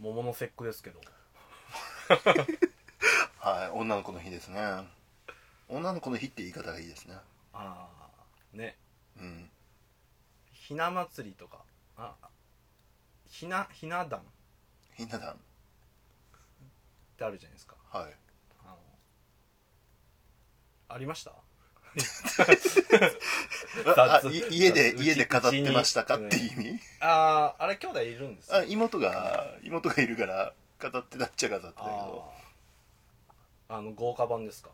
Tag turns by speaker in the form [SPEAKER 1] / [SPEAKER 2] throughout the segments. [SPEAKER 1] 桃の節句ですけど
[SPEAKER 2] はい女の子の日ですね女の子の日って言い方がいいですね
[SPEAKER 1] ああね
[SPEAKER 2] うん
[SPEAKER 1] ひな祭りとかあひなひな壇っ
[SPEAKER 2] ひな壇
[SPEAKER 1] てあるじゃないですか
[SPEAKER 2] はい
[SPEAKER 1] あのありました
[SPEAKER 2] あ
[SPEAKER 1] 雑
[SPEAKER 2] い家で
[SPEAKER 1] 雑
[SPEAKER 2] 家で飾ってましたか
[SPEAKER 1] うち
[SPEAKER 2] って意味
[SPEAKER 1] あああれ兄弟いるんですよ
[SPEAKER 2] あ妹が妹がいるから飾ってたっちゃ飾ってたけ
[SPEAKER 1] あ
[SPEAKER 2] ど
[SPEAKER 1] ーあの豪華版ですか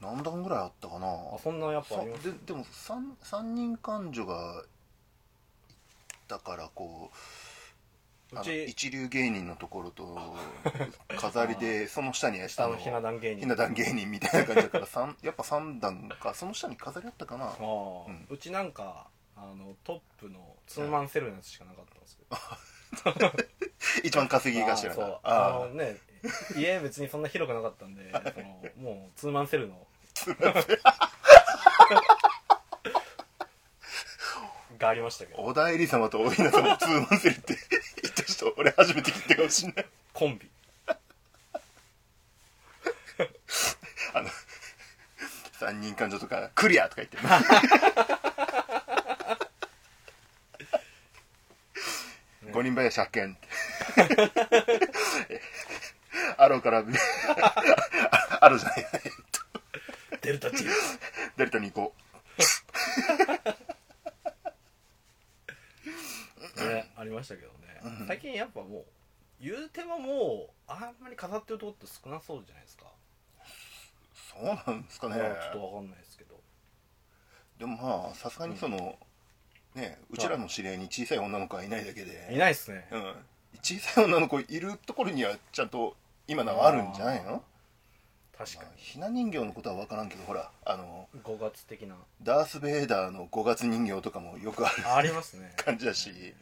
[SPEAKER 2] 何段ぐらいあったかな
[SPEAKER 1] あそんなやっぱ
[SPEAKER 2] さ
[SPEAKER 1] あります
[SPEAKER 2] ででも 3, 三人男女がだからこう
[SPEAKER 1] う
[SPEAKER 2] あの
[SPEAKER 1] ち
[SPEAKER 2] 一流芸人のところ と飾りでその下に下
[SPEAKER 1] 下
[SPEAKER 2] の
[SPEAKER 1] のひな壇芸人
[SPEAKER 2] ひな壇芸人みたいな感じだから三やっぱ3段かその下に飾りあったかな
[SPEAKER 1] あー、
[SPEAKER 2] うん
[SPEAKER 1] うちなんかあのトップのツーマンセルのやつしかなかったんですけど
[SPEAKER 2] 一番稼ぎ頭
[SPEAKER 1] あーそう
[SPEAKER 2] が
[SPEAKER 1] あ
[SPEAKER 2] あ
[SPEAKER 1] のね家別にそんな広くなかったんでそのもうツーマンセルのがありましたけ
[SPEAKER 2] ー
[SPEAKER 1] ど
[SPEAKER 2] おだえり様とおひな様ツーマンセルって 言った人俺初めて聞いたかもしんない
[SPEAKER 1] コンビ
[SPEAKER 2] 3人感女とかクリアとか 言ってる五人林発見 アローから あアローじゃない
[SPEAKER 1] デルタチーム
[SPEAKER 2] デルタに行こう
[SPEAKER 1] ね、ありましたけどね最近やっぱもう言うてももうあんまり飾ってるとこって少なそうじゃないですか、
[SPEAKER 2] そうなんですかね
[SPEAKER 1] まあちょっとわかんないですけど
[SPEAKER 2] でもまあさすがにその、ねうちらの知り合いに小さい女の子はいないだけで
[SPEAKER 1] いないっすね
[SPEAKER 2] うん、小さい女の子いるところにはちゃんと今のはあるんじゃないの
[SPEAKER 1] 確か
[SPEAKER 2] まあひな人形のことは分からんけどほらあの
[SPEAKER 1] に5月的な
[SPEAKER 2] ダース・ベイダーの5月人形とかもよくある
[SPEAKER 1] あありますね
[SPEAKER 2] 感じだし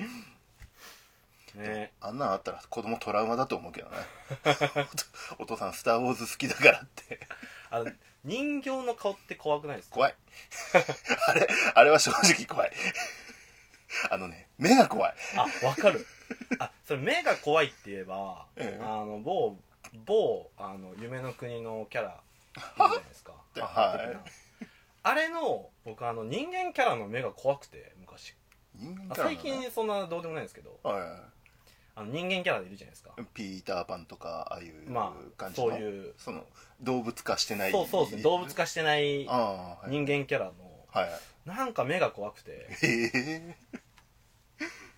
[SPEAKER 1] ね
[SPEAKER 2] あんなんあったら子供トラウマだと思うけどね お父さん「スター・ウォーズ」好きだからって
[SPEAKER 1] あの人形の顔って怖くないですか
[SPEAKER 2] 怖い あれあれは正直怖いあのね目が怖い
[SPEAKER 1] あわかるあそれ目が怖いって言えば、
[SPEAKER 2] ええ
[SPEAKER 1] あの某某あの夢の国のキャラいるじゃないですか
[SPEAKER 2] はい
[SPEAKER 1] 的なあれの僕あの人間キャラの目が怖くて昔
[SPEAKER 2] 人間
[SPEAKER 1] あ
[SPEAKER 2] キャラ
[SPEAKER 1] 最近そんなどうでもないんですけど
[SPEAKER 2] は
[SPEAKER 1] あの人間キャラでいるじゃないですか
[SPEAKER 2] いピーター・パンとかああいう
[SPEAKER 1] まあ
[SPEAKER 2] 感じの、
[SPEAKER 1] そういう
[SPEAKER 2] その動物化してない
[SPEAKER 1] そうそうですね動物化してない
[SPEAKER 2] ああはい、
[SPEAKER 1] 人間キャラの
[SPEAKER 2] はい、
[SPEAKER 1] なんか目が怖くて
[SPEAKER 2] へえ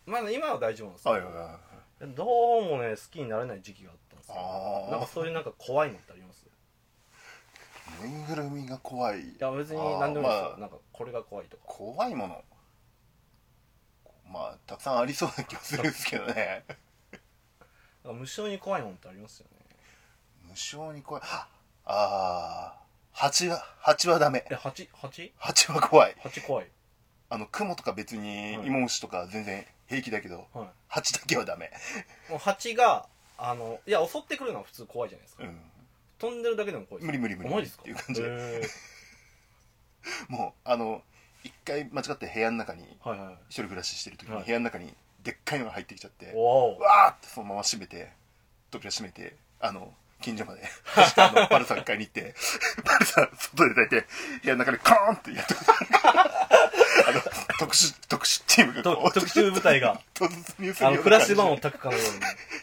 [SPEAKER 1] まだ今は大丈夫なんですけど
[SPEAKER 2] はいはいはい
[SPEAKER 1] どうもね好きになれない時期があったんですよ
[SPEAKER 2] あー
[SPEAKER 1] なんかそういうなんか怖いのってあります
[SPEAKER 2] ぬいぐるみが怖い
[SPEAKER 1] いや別に何でもいいですよ、
[SPEAKER 2] あーまあ
[SPEAKER 1] なんかこれが怖いとか
[SPEAKER 2] 怖いものまあたくさんありそうな気がするんですけどね
[SPEAKER 1] なんか無性に怖いものってありますよね
[SPEAKER 2] 無性に怖いああー蜂は蜂はダメ
[SPEAKER 1] え蜂蜂
[SPEAKER 2] 蜂は怖い
[SPEAKER 1] 蜂怖い
[SPEAKER 2] あの雲とか別に
[SPEAKER 1] はい
[SPEAKER 2] イモムシとか全然平気だけど、
[SPEAKER 1] はい
[SPEAKER 2] 蜂だけはダメ
[SPEAKER 1] もう蜂があのいや襲ってくるのは普通怖いじゃないですか、
[SPEAKER 2] うん
[SPEAKER 1] 飛んでるだけでも怖いです
[SPEAKER 2] 無理無理無理
[SPEAKER 1] あマジですか
[SPEAKER 2] っていう感じ
[SPEAKER 1] へー
[SPEAKER 2] もうあの一回間違って部屋の中に
[SPEAKER 1] はい はいはい
[SPEAKER 2] 一人暮らししてる時
[SPEAKER 1] は
[SPEAKER 2] に
[SPEAKER 1] い
[SPEAKER 2] 部屋の中にでっかいのが入ってきちゃって、
[SPEAKER 1] お お
[SPEAKER 2] わーってそのまま閉めて扉閉めてあの近所まで 走ってあのバルさん買いに行って バルさん外で抱いて部屋の中でコーンってやってくる あの特殊特殊チームがこう
[SPEAKER 1] 特殊部隊 が
[SPEAKER 2] 突入する
[SPEAKER 1] あの
[SPEAKER 2] ような感じで
[SPEAKER 1] フラッシュバンを焚くかのように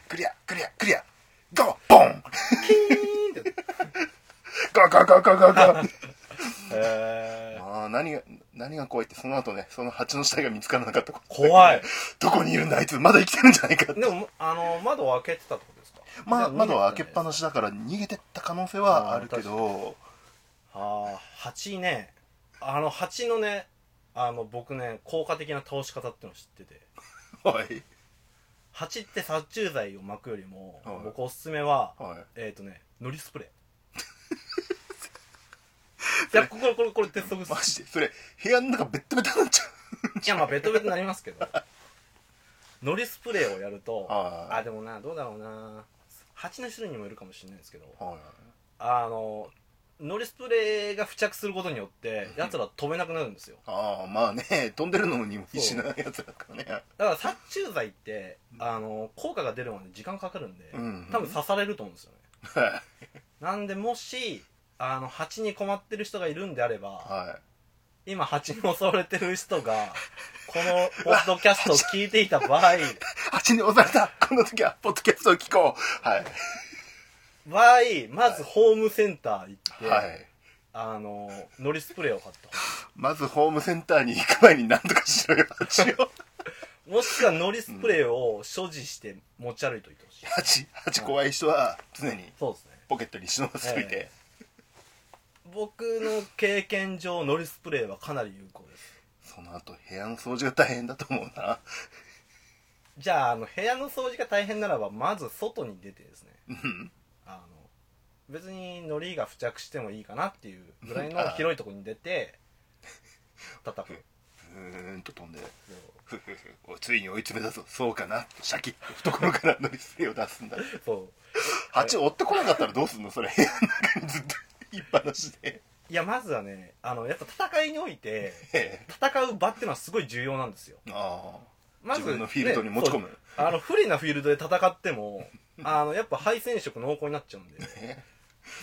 [SPEAKER 2] クリアクリアクリアゴーボンキーンってゴーゴーゴーゴーゴーゴ ー
[SPEAKER 1] へー
[SPEAKER 2] あー何が何が怖いってその後ねその蜂の死体が見つからなかったこと
[SPEAKER 1] 怖い
[SPEAKER 2] どこにいるんだあいつまだ生きてるんじゃないかって
[SPEAKER 1] でもあの窓を開けてたってことですか
[SPEAKER 2] まあ、
[SPEAKER 1] じゃあ
[SPEAKER 2] 窓は開けっぱな
[SPEAKER 1] し
[SPEAKER 2] しだから逃げてった可能性はあるけ
[SPEAKER 1] あ
[SPEAKER 2] ど
[SPEAKER 1] ああ蜂ねあの蜂のねあの僕ね効果的な倒し方っていうのを知ってて
[SPEAKER 2] はい
[SPEAKER 1] 蜂って殺虫剤を撒くよりも、
[SPEAKER 2] はい
[SPEAKER 1] 僕おすすめは、
[SPEAKER 2] はい
[SPEAKER 1] えっ、ー、とねのりスプレ ーいやこれこれこれ鉄則で
[SPEAKER 2] マ
[SPEAKER 1] す
[SPEAKER 2] ジでそれ部屋の中ベッタベタになっちゃ
[SPEAKER 1] いやまあベトベトになりますけ どのりスプレーをやると
[SPEAKER 2] はい
[SPEAKER 1] あでもなどうだろうな蜂の種類にもよるかもしれないですけど
[SPEAKER 2] うはい
[SPEAKER 1] あのノリスプレーが付着することによって奴ら飛べなくなるんですよ
[SPEAKER 2] ああまあね飛んでるのにも必死なやつだからね
[SPEAKER 1] だから殺虫剤ってあの効果が出るまで時間かかるんで
[SPEAKER 2] うん
[SPEAKER 1] 多分刺されると思うんですよね
[SPEAKER 2] は
[SPEAKER 1] なんでもしあの蜂に困ってる人がいるんであれ
[SPEAKER 2] い
[SPEAKER 1] ば
[SPEAKER 2] は
[SPEAKER 1] 今蜂に襲われてる人がこのポッドキャストを聞いていた場合
[SPEAKER 2] い蜂に押されたこの時はポッドキャストを聞こうはい
[SPEAKER 1] 場合まずホームセンター行って、
[SPEAKER 2] はい
[SPEAKER 1] あのノリスプレーを買った
[SPEAKER 2] まずホームセンターに行く前に何とかしろよ蜂を
[SPEAKER 1] もしくはノリスプレーを所持して持ち歩いといてほしい、
[SPEAKER 2] 蜂蜂怖い人は常に
[SPEAKER 1] そうですね
[SPEAKER 2] ポケットに忍ばせておいて、
[SPEAKER 1] 僕の経験上ノリスプレーはかなり有効です
[SPEAKER 2] その後部屋の掃除が大変だと思うな
[SPEAKER 1] じゃああの部屋の掃除が大変ならばまず外に出てですね
[SPEAKER 2] うん
[SPEAKER 1] あの別にノリが付着してもいいかなっていうぐらいの広いとこに出て 叩く
[SPEAKER 2] ブーンと飛んでふふふおついに追い詰めだぞそうかなシャキッと懐からノリスプレーを出すんだ
[SPEAKER 1] そう
[SPEAKER 2] 蜂追ってこなかったらどうすんのそれ部屋の中にずっといっぱなしで
[SPEAKER 1] いやまずはねあのやっぱ戦いにおいて
[SPEAKER 2] ええ
[SPEAKER 1] 戦う場ってのはすごい重要なんですよ
[SPEAKER 2] あ
[SPEAKER 1] まず
[SPEAKER 2] 自分のフィールドに持ち込む
[SPEAKER 1] ねそうあの不利なフィールドで戦って もあのやっぱ敗戦色濃厚になっちゃうんで
[SPEAKER 2] あね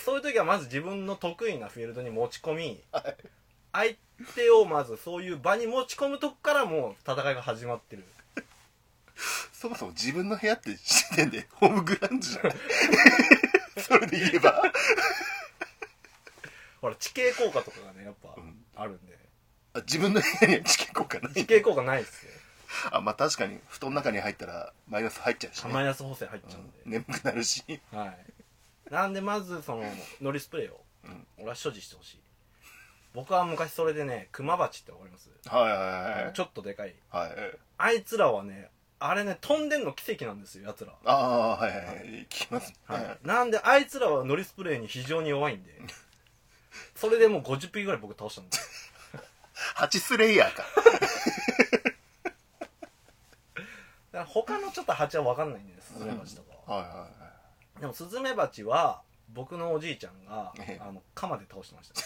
[SPEAKER 1] そういう時はまず自分の得意なフィールドに持ち込み相手をまずそういう場に持ち込むとこからもう戦いが始まってる
[SPEAKER 2] そもそも自分の部屋って時点でホームグラウンドじゃないそれで言えば
[SPEAKER 1] ほら地形効果とかがねやっぱ
[SPEAKER 2] ん
[SPEAKER 1] あるんで
[SPEAKER 2] あ自分の部屋には地形効果な
[SPEAKER 1] 地
[SPEAKER 2] い
[SPEAKER 1] 形効果ないっ すよ
[SPEAKER 2] あまあ確かに布団の中に入ったらマイナス入っちゃうし、ね、
[SPEAKER 1] マイナス補正入っちゃうんで、
[SPEAKER 2] 眠くなるし
[SPEAKER 1] はいなんでまずそのノリスプレーを
[SPEAKER 2] うん
[SPEAKER 1] 俺は所持してほしい僕は昔それでねクマバチってわかります
[SPEAKER 2] はいはいはい
[SPEAKER 1] ちょっとでかい
[SPEAKER 2] はい
[SPEAKER 1] あいつらはねあれね飛んでんの奇跡なんですよやつら、
[SPEAKER 2] ああはいはいはい行きますね、
[SPEAKER 1] はい、なんであいつらはノリスプレーに非常に弱いんでそれでもう50匹ぐらい僕倒したんですよ
[SPEAKER 2] 蜂スレイヤーか
[SPEAKER 1] だから他のちょっと蜂は分かんないんですスズメバチとかは
[SPEAKER 2] はいはいはい
[SPEAKER 1] でもスズメバチは僕のおじいちゃんが
[SPEAKER 2] ええ
[SPEAKER 1] あの鎌で倒して ました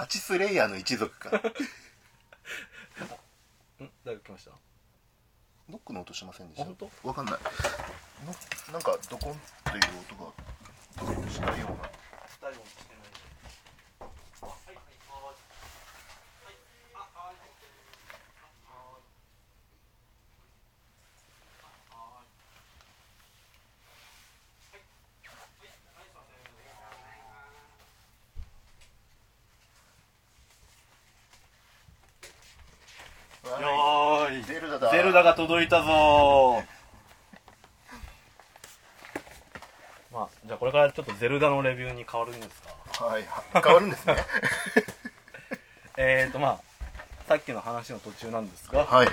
[SPEAKER 2] 蜂スレイヤーの一 族か
[SPEAKER 1] ん誰か来ました
[SPEAKER 2] ノックの音しませんでした
[SPEAKER 1] あ本当
[SPEAKER 2] わかんないノなんかドコンっていう音がドコンとしないような
[SPEAKER 1] 大丈夫してないはいはいはいよーい
[SPEAKER 2] ゼルダだ
[SPEAKER 1] ゼルダが届いたぞー まあじゃあこれからちょっとゼルダのレビューに変わるんですか
[SPEAKER 2] はいは変わるんですね
[SPEAKER 1] えーとまあさっきの話の途中なんですが、
[SPEAKER 2] はい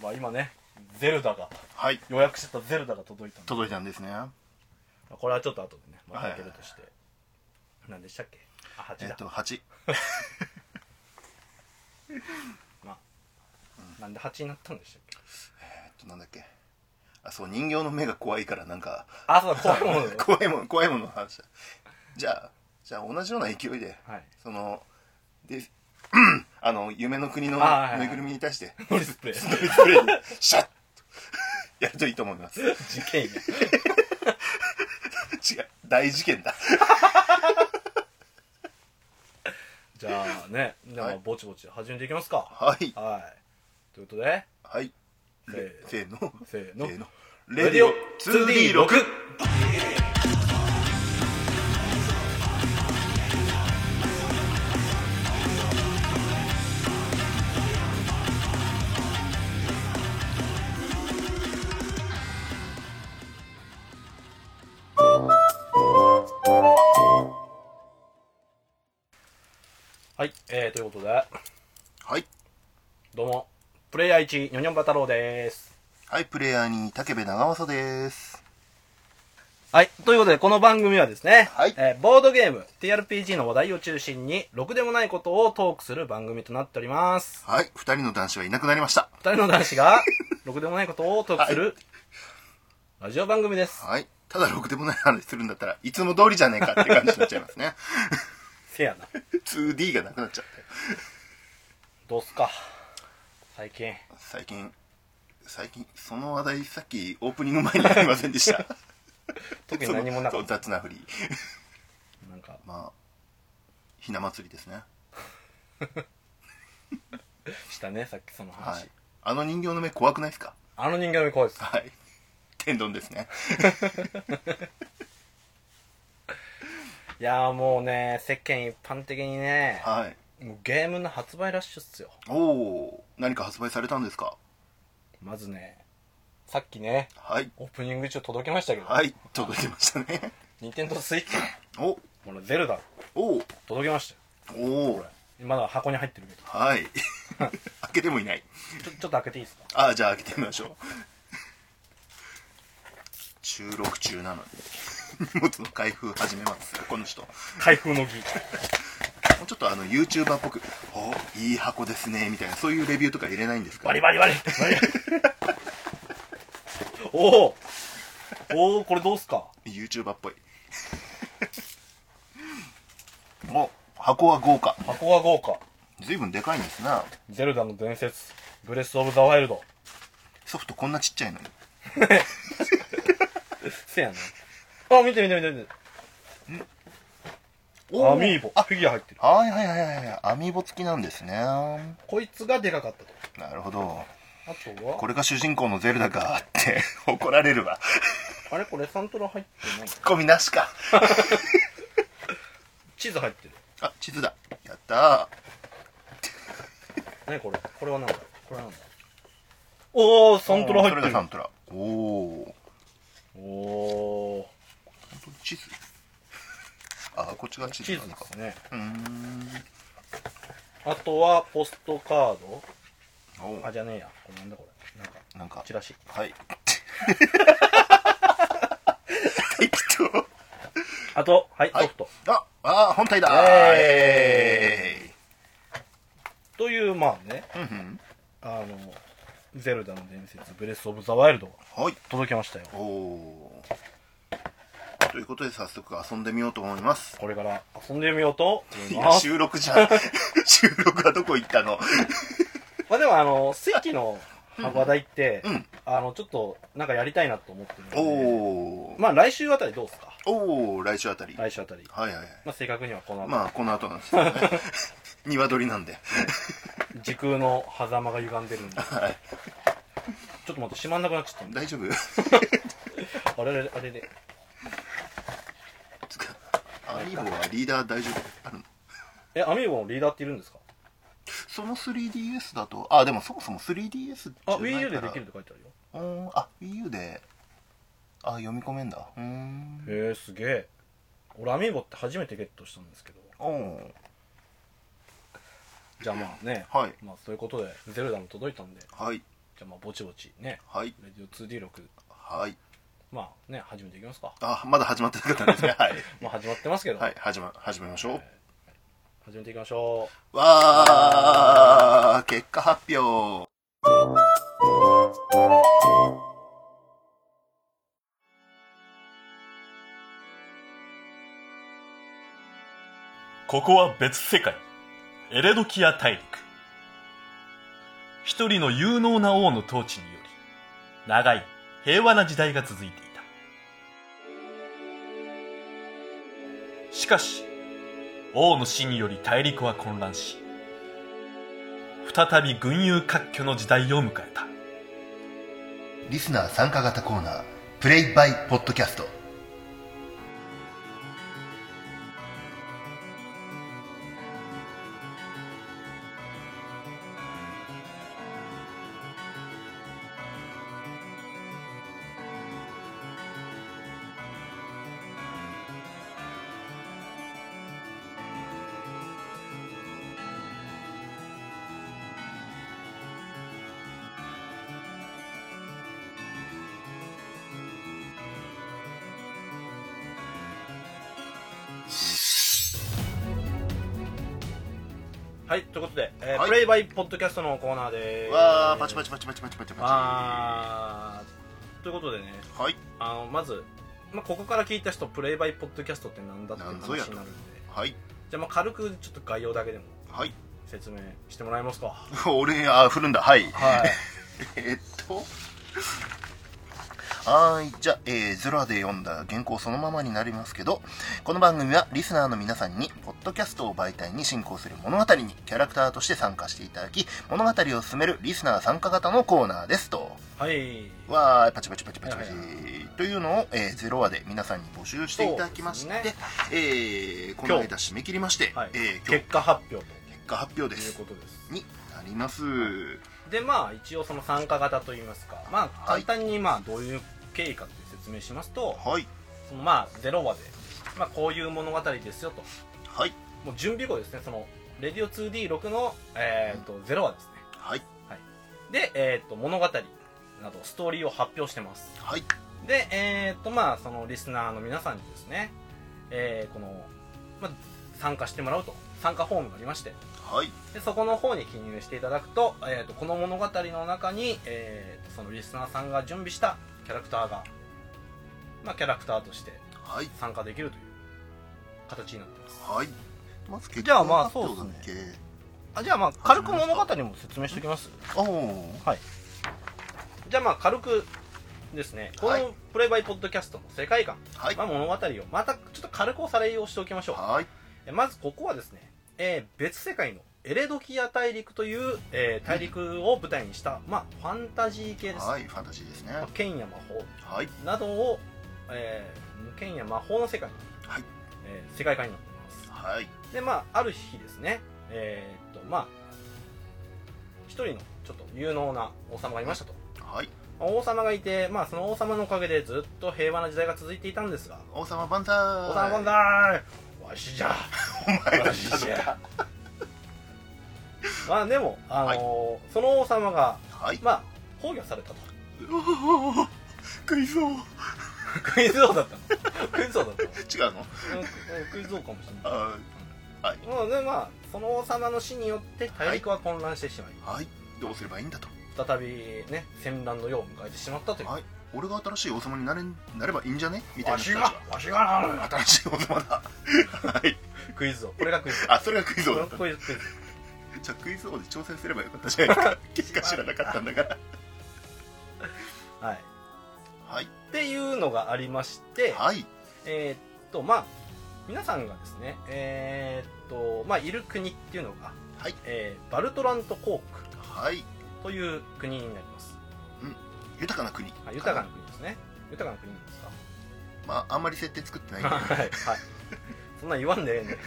[SPEAKER 1] まあ今ねゼルダが
[SPEAKER 2] はい
[SPEAKER 1] 予約してたゼルダが届いたんで
[SPEAKER 2] 届いたんですね
[SPEAKER 1] これはちょっと後でねま
[SPEAKER 2] はい
[SPEAKER 1] た
[SPEAKER 2] はい
[SPEAKER 1] 開けるとして、何でしたっけあ
[SPEAKER 2] え
[SPEAKER 1] 8
[SPEAKER 2] っ
[SPEAKER 1] だ、
[SPEAKER 2] と蜂
[SPEAKER 1] まあなんで8になったんでしたっけ
[SPEAKER 2] えっとなんだっけあそう人形の目が怖いからなんか
[SPEAKER 1] あそうだ怖いもの
[SPEAKER 2] 怖いもの怖いものの話だじゃあじゃあ同じような勢いで、
[SPEAKER 1] はい
[SPEAKER 2] そので あの夢の国の
[SPEAKER 1] あはいはい
[SPEAKER 2] ぬいぐるみに対して
[SPEAKER 1] ノリスプレー
[SPEAKER 2] ドリスプレーにシャッとやるといいと思います違う
[SPEAKER 1] 事件や
[SPEAKER 2] 大事件だ
[SPEAKER 1] じゃあねじゃあまあぼちぼち始めていきますか
[SPEAKER 2] はい
[SPEAKER 1] はいということで
[SPEAKER 2] はい
[SPEAKER 1] せー
[SPEAKER 2] せーの
[SPEAKER 1] せーの
[SPEAKER 2] せーの
[SPEAKER 1] レディオ 2D6 はい、えー、ということで、
[SPEAKER 2] はい
[SPEAKER 1] どうも、プレイヤー1、ニョニョンバ太郎です。
[SPEAKER 2] はいプレイヤーに竹部長政です
[SPEAKER 1] はい。ということで、この番組はですね、
[SPEAKER 2] はい
[SPEAKER 1] えーボードゲーム、TRPG の話題を中心に、ろくでもないことをトークする番組となっております。
[SPEAKER 2] はい二人の男子はいなくなりました
[SPEAKER 1] 二人の男子が、ろくでもないことをトークする、ラジオ番組です。
[SPEAKER 2] はいただろくでもない話するんだったらいつも通りじゃねえかって感じになっちゃいますね
[SPEAKER 1] せやな
[SPEAKER 2] 2D がなくなっちゃって
[SPEAKER 1] どうすか最近
[SPEAKER 2] 最近最近その話題さっきオープニング前にありませんでした
[SPEAKER 1] 特に何もなか
[SPEAKER 2] そ
[SPEAKER 1] っ
[SPEAKER 2] のそ
[SPEAKER 1] た
[SPEAKER 2] う雑なふり
[SPEAKER 1] なんか
[SPEAKER 2] まあひな祭りですね
[SPEAKER 1] したねさっきその話、
[SPEAKER 2] はいあの人形の目怖くないですか
[SPEAKER 1] あの人間の怖いです
[SPEAKER 2] はい天丼ですね
[SPEAKER 1] いやーもうね世間一般的にね
[SPEAKER 2] はい
[SPEAKER 1] もうゲームの発売ラッシュっすよ
[SPEAKER 2] おおー何か発売されたんですか
[SPEAKER 1] まずねさっきね
[SPEAKER 2] はい
[SPEAKER 1] オープニング中届きましたけど、
[SPEAKER 2] はい届いてましたね
[SPEAKER 1] ニンテンドースイッチ
[SPEAKER 2] お
[SPEAKER 1] このゼルダ
[SPEAKER 2] おー
[SPEAKER 1] 届きましたよ
[SPEAKER 2] お
[SPEAKER 1] こ
[SPEAKER 2] お
[SPEAKER 1] れまだ箱に入ってるけど
[SPEAKER 2] はい開けてもいない
[SPEAKER 1] ちょちょっと開けていいですか
[SPEAKER 2] ああじゃあ開けてみましょう収録中なのに 荷物の開封始めますこの人も
[SPEAKER 1] 開封の儀
[SPEAKER 2] うちょっとあの YouTuber っぽく「おいい箱ですね」みたいなそういうレビューとか入れないんですか
[SPEAKER 1] バリバリバリバリおおおおこれどうすか
[SPEAKER 2] YouTuber っぽい お箱は豪華
[SPEAKER 1] 箱が豪華
[SPEAKER 2] 随分でかいんですね
[SPEAKER 1] ゼルダの伝説ブレス・オブ・ザ・ワイルド
[SPEAKER 2] ソフトこんなちっちゃいのに
[SPEAKER 1] せやねあ見て見て見て見て
[SPEAKER 2] おー
[SPEAKER 1] アミーボフィギュア入ってる
[SPEAKER 2] はいはいはいはいはいアミーボ付きなんですねな
[SPEAKER 1] こいつがでかかったと
[SPEAKER 2] るほど
[SPEAKER 1] あとは
[SPEAKER 2] これが主人公のゼルダかって怒られるわ
[SPEAKER 1] あれこれサントラ入ってない
[SPEAKER 2] ツッコミなしか
[SPEAKER 1] 地図入ってる
[SPEAKER 2] あ地図だやった
[SPEAKER 1] 何これこれは何だこれは何だおお
[SPEAKER 2] ー
[SPEAKER 1] サントラ入って
[SPEAKER 2] それがサ
[SPEAKER 1] る
[SPEAKER 2] ントラおお
[SPEAKER 1] おお
[SPEAKER 2] 本当に地図あこっちが地
[SPEAKER 1] ー
[SPEAKER 2] 図
[SPEAKER 1] 地図
[SPEAKER 2] なの
[SPEAKER 1] で
[SPEAKER 2] か
[SPEAKER 1] すね
[SPEAKER 2] うーん
[SPEAKER 1] あとはポストカード
[SPEAKER 2] お
[SPEAKER 1] あじゃねえやこれなんだこれなんか
[SPEAKER 2] おなんか
[SPEAKER 1] チラシ
[SPEAKER 2] はい 適当
[SPEAKER 1] あとはい
[SPEAKER 2] は
[SPEAKER 1] ソ
[SPEAKER 2] い
[SPEAKER 1] フト、
[SPEAKER 2] ああ本体だ
[SPEAKER 1] イ
[SPEAKER 2] え
[SPEAKER 1] というまあね
[SPEAKER 2] ーイうん
[SPEAKER 1] あのゼルダの伝説ブレス・オブ・ザ・ワイルドが
[SPEAKER 2] うんはい
[SPEAKER 1] 届きましたよ
[SPEAKER 2] おおーということで早速遊んでみようと思います
[SPEAKER 1] これから遊んでみようと
[SPEAKER 2] い
[SPEAKER 1] 思い
[SPEAKER 2] や
[SPEAKER 1] ます
[SPEAKER 2] 収録じゃん 収録はどこ行ったの
[SPEAKER 1] まあでもあのスイッチの話題って、
[SPEAKER 2] うん
[SPEAKER 1] あのちょっとなんかやりたいなと思ってるんで
[SPEAKER 2] おお、
[SPEAKER 1] まあ来週あたりどうですか
[SPEAKER 2] おお来週あたり、
[SPEAKER 1] 来週あたり、
[SPEAKER 2] はいはいはい
[SPEAKER 1] まあ、正確にはこの、
[SPEAKER 2] まあこの後なんです けどね鶏なんで
[SPEAKER 1] 時空の狭間が歪んでるんで、
[SPEAKER 2] はい
[SPEAKER 1] ちょっと待って閉まんなくなっちゃったんで
[SPEAKER 2] 大丈夫
[SPEAKER 1] あれあれあれで
[SPEAKER 2] つかアミーボはリーダー大丈夫あの
[SPEAKER 1] えアミーボのリーダーっているんですか
[SPEAKER 2] その 3DS だとあでもそもそも 3DS
[SPEAKER 1] あ
[SPEAKER 2] じゃない
[SPEAKER 1] WiiU
[SPEAKER 2] か
[SPEAKER 1] で
[SPEAKER 2] ら
[SPEAKER 1] できるって書いてあるよ
[SPEAKER 2] うーんあ WiiU であ読み込めんだうーん
[SPEAKER 1] へえすげえ俺アミーボって初めてゲットしたんですけど
[SPEAKER 2] おお
[SPEAKER 1] じゃあまあね、
[SPEAKER 2] はい
[SPEAKER 1] まあそういうことでゼルダも届いたんでじ
[SPEAKER 2] はい
[SPEAKER 1] ゃあまあぼちぼちね
[SPEAKER 2] はい
[SPEAKER 1] レディオ 2D6
[SPEAKER 2] はい
[SPEAKER 1] まあね始めていきますか
[SPEAKER 2] あまだ始まってなかったんですね はい
[SPEAKER 1] まあ始まってますけど、
[SPEAKER 2] はい始ま始めましょう、
[SPEAKER 1] 始めていきましょ
[SPEAKER 2] わー結果発表
[SPEAKER 3] ここは別世界エレドキア大陸一人の有能な王の統治により長い平和な時代が続いていたしかし王の死により大陸は混乱し再び群雄割拠の時代を迎えた
[SPEAKER 2] リスナー参加型コーナープレイバイポッドキャスト
[SPEAKER 1] うはいということで、えー
[SPEAKER 2] はい
[SPEAKER 1] プレイバイポッドキャストのコーナーでーす
[SPEAKER 2] わーパチパチパチパチパチパチパチ
[SPEAKER 1] あーということでね
[SPEAKER 2] はい
[SPEAKER 1] あのまずまあ、ここから聞いた人プレイバイポッドキャストってなんだって
[SPEAKER 2] なん
[SPEAKER 1] 話
[SPEAKER 2] ぞ
[SPEAKER 1] にな
[SPEAKER 2] やと
[SPEAKER 1] るんで
[SPEAKER 2] はい
[SPEAKER 1] じゃあまあ軽くちょっと概要だけでも
[SPEAKER 2] はい
[SPEAKER 1] 説明してもらえますか
[SPEAKER 2] 俺あ振るんだはい
[SPEAKER 1] はい
[SPEAKER 2] えっとはいじゃあ、えー、ゼロで読んだ原稿そのままになりますけどこの番組はリスナーの皆さんにポッドキャストを媒体に進行する物語にキャラクターとして参加していただき物語を進めるリスナー参加型のコーナーですと
[SPEAKER 1] はい
[SPEAKER 2] わーパチパチパチパチパチ、
[SPEAKER 1] はいは
[SPEAKER 2] というのを、えー、ゼロ話で皆さんに募集していただきまして、
[SPEAKER 1] そうです
[SPEAKER 2] えーこの間締め切りまして、
[SPEAKER 1] はい
[SPEAKER 2] えー今日
[SPEAKER 1] 結果発表
[SPEAKER 2] 結果発表
[SPEAKER 1] と
[SPEAKER 2] で
[SPEAKER 1] いう
[SPEAKER 2] す
[SPEAKER 1] ことです
[SPEAKER 2] になります、
[SPEAKER 1] でまあ一応その参加型といいますかまあ
[SPEAKER 2] は
[SPEAKER 1] 簡
[SPEAKER 2] い
[SPEAKER 1] 単にまあどういう経緯かって説明しますと
[SPEAKER 2] はい
[SPEAKER 1] そのまあゼロ話で、まあ、こういう物語ですよと
[SPEAKER 2] はい
[SPEAKER 1] もう準備後ですねその「レディオ 2D6 の」えー、とゼロ話ですね
[SPEAKER 2] はい
[SPEAKER 1] で、えー、と物語などストーリーを発表してます
[SPEAKER 2] はい
[SPEAKER 1] でえっ、とまあそのリスナーの皆さんにですね、えーこの、まあ、参加してもらうと参加フォームがありまして
[SPEAKER 2] はい
[SPEAKER 1] でそこの方に記入していただくと,、えー、とこの物語の中に、えー、とそのリスナーさんが準備したキャラクターが、まあ、キャラクターとして
[SPEAKER 2] はい
[SPEAKER 1] 参加できるという形になってます
[SPEAKER 2] はいまず結
[SPEAKER 1] じゃあ
[SPEAKER 2] 果
[SPEAKER 1] まあ
[SPEAKER 2] 発表だっけ
[SPEAKER 1] あじゃあまあ軽く物語も説明しておきます
[SPEAKER 2] おお
[SPEAKER 1] じゃあまあ軽くですねこ
[SPEAKER 2] はい
[SPEAKER 1] のプレイバイポッドキャストの世界観、
[SPEAKER 2] はい
[SPEAKER 1] まあ、物語をまたちょっと軽くおさらいをしておきましょう
[SPEAKER 2] はい
[SPEAKER 1] えまずここはですね、えー別世界のエレドキア大陸という、えー大陸を舞台にした、まあ、ファンタジー系です、
[SPEAKER 2] はいファンタジーですね
[SPEAKER 1] まあ剣や魔法
[SPEAKER 2] はい
[SPEAKER 1] などを、えー剣や魔法の世界に、
[SPEAKER 2] はい
[SPEAKER 1] えー世界観になっています
[SPEAKER 2] はい
[SPEAKER 1] でまあある日ですねえーっとまあ一人のちょっと有能な王様がいましたと
[SPEAKER 2] はい
[SPEAKER 1] まあ王様がいて、まあ、その王様のおかげでずっと平和な時代が続いていたんですが
[SPEAKER 2] 王様万歳
[SPEAKER 1] 「王様万歳わしじ ゃ!」
[SPEAKER 2] お前だったのか
[SPEAKER 1] まあでも、あのーその王様が
[SPEAKER 2] はい
[SPEAKER 1] まあ崩御され たと
[SPEAKER 2] おおクイズ王違う
[SPEAKER 1] クイズ王だったのクイズ王だったの
[SPEAKER 2] の
[SPEAKER 1] うんクイズ王かもしれない
[SPEAKER 2] あ
[SPEAKER 1] まあでまあその王様の死によって大陸は混乱してしまい、
[SPEAKER 2] ーはいどうすればいいんだと
[SPEAKER 1] 再びね戦乱の世を迎えてしまったという、
[SPEAKER 2] はい俺が新しい王様になれんなればいいんじゃねみたいな人たち
[SPEAKER 1] わしがなる
[SPEAKER 2] が新しい王様だはい
[SPEAKER 1] クイズ王これがクイズ
[SPEAKER 2] あそれがクイズ
[SPEAKER 1] 王
[SPEAKER 2] 王
[SPEAKER 1] こ
[SPEAKER 2] だ
[SPEAKER 1] れ
[SPEAKER 2] っ
[SPEAKER 1] が
[SPEAKER 2] た
[SPEAKER 1] クイズクイズ
[SPEAKER 2] じゃあクイズ王で挑戦すればよかったじゃないで すか結果知らなかったんだから
[SPEAKER 1] 王はい
[SPEAKER 2] はい
[SPEAKER 1] っていうのがありまして、
[SPEAKER 2] はい
[SPEAKER 1] えーっとまあ皆さんがですねえーっとまあいる国っていうのが、
[SPEAKER 2] はい
[SPEAKER 1] えーバルトラント公国
[SPEAKER 2] はい
[SPEAKER 1] という国になります、
[SPEAKER 2] 豊かな国
[SPEAKER 1] はい、豊かな国ですね豊かな国なんですか
[SPEAKER 2] まああんまり設定作ってないんで
[SPEAKER 1] はい、はい、そんなん言わんでええねん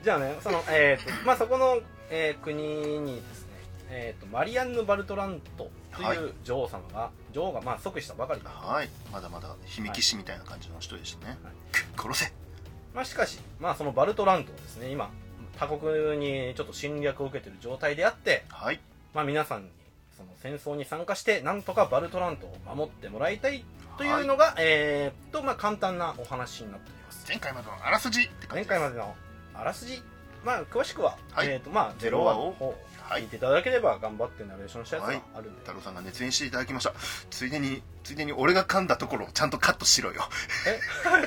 [SPEAKER 1] じゃあねそのえーっとまあそこの、えー国にですねえーっとマリアンヌ・バルトラントと
[SPEAKER 2] はい
[SPEAKER 1] いう女王様が、女王がまあ即位したばかりで
[SPEAKER 2] はいまだまだ秘密騎士みたいな感じの人でしたね、
[SPEAKER 1] はい
[SPEAKER 2] くっ殺せ
[SPEAKER 1] まあ、しかし、まあ、そのバルトラントはですね今他国にちょっと侵略を受けている状態であって、
[SPEAKER 2] はい
[SPEAKER 1] まあ、皆さんにその戦争に参加してなんとかバルトラントを守ってもらいたいというのが、えーっとまあ、簡単なお話になっています
[SPEAKER 2] 前回までのあらすじって感
[SPEAKER 1] 前
[SPEAKER 2] じ
[SPEAKER 1] 回までのあらすじ、まあ、詳しくは、
[SPEAKER 2] はい
[SPEAKER 1] えーっとまあ、ゼロ話の方を聞いていただければ頑張ってナレーションしたやつがあるんで、
[SPEAKER 2] 太郎さんが熱演していただきましたついでについでに俺が噛んだところをちゃんとカットしろよ
[SPEAKER 1] え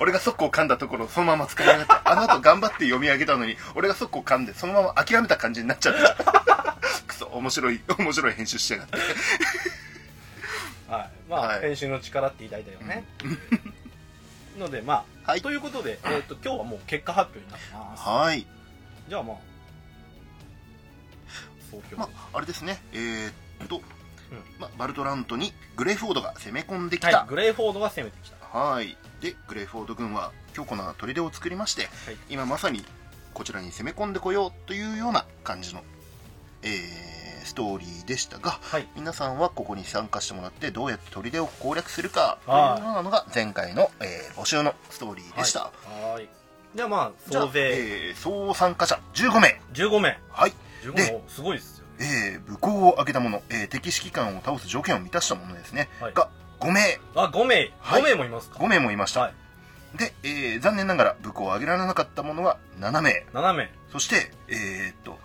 [SPEAKER 2] 俺がソッコを噛んだところをそのまま使いやがったあの後頑張って読み上げたのに俺がソッコを噛んでそのまま諦めた感じになっちゃった くそ面白い面白い編集しやがって
[SPEAKER 1] はいまあ
[SPEAKER 2] はい
[SPEAKER 1] 編集の力って偉大だよね、のでまあ、
[SPEAKER 2] はい
[SPEAKER 1] ということで、えーっと今日はもう結果発表になってます
[SPEAKER 2] はい
[SPEAKER 1] じゃあまあ総評、
[SPEAKER 2] まああれですねえーっと、まあ、バルトラントにグレーフォードが攻め込んできた、
[SPEAKER 1] はいグレーフォードが攻めてきた
[SPEAKER 2] はい。で、グレーフォード軍は強固な砦を作りまして、
[SPEAKER 1] はい
[SPEAKER 2] 今まさにこちらに攻め込んでこようというような感じの、えーストーリーでしたが、
[SPEAKER 1] はい
[SPEAKER 2] 皆さんはここに参加してもらってどうやって砦を攻略するかという
[SPEAKER 1] はい
[SPEAKER 2] ようなのが前回の、えー募集のストーリーでした。
[SPEAKER 1] はいはいじゃあまあ
[SPEAKER 2] じゃあ
[SPEAKER 1] 総勢
[SPEAKER 2] えー総参加者15名。
[SPEAKER 1] 15名
[SPEAKER 2] はい。
[SPEAKER 1] 15
[SPEAKER 2] で
[SPEAKER 1] 名おすごいですよね
[SPEAKER 2] えー武功を挙げた者、えー敵指揮官を倒す条件を満たした者ですね、
[SPEAKER 1] はい
[SPEAKER 2] が5名、
[SPEAKER 1] あ5名
[SPEAKER 2] はい
[SPEAKER 1] 5名もいますか、
[SPEAKER 2] 5名もいました。
[SPEAKER 1] はい
[SPEAKER 2] で、えー残念ながら武功を挙げられなかった者は7名。
[SPEAKER 1] 7名
[SPEAKER 2] そして、えーっと、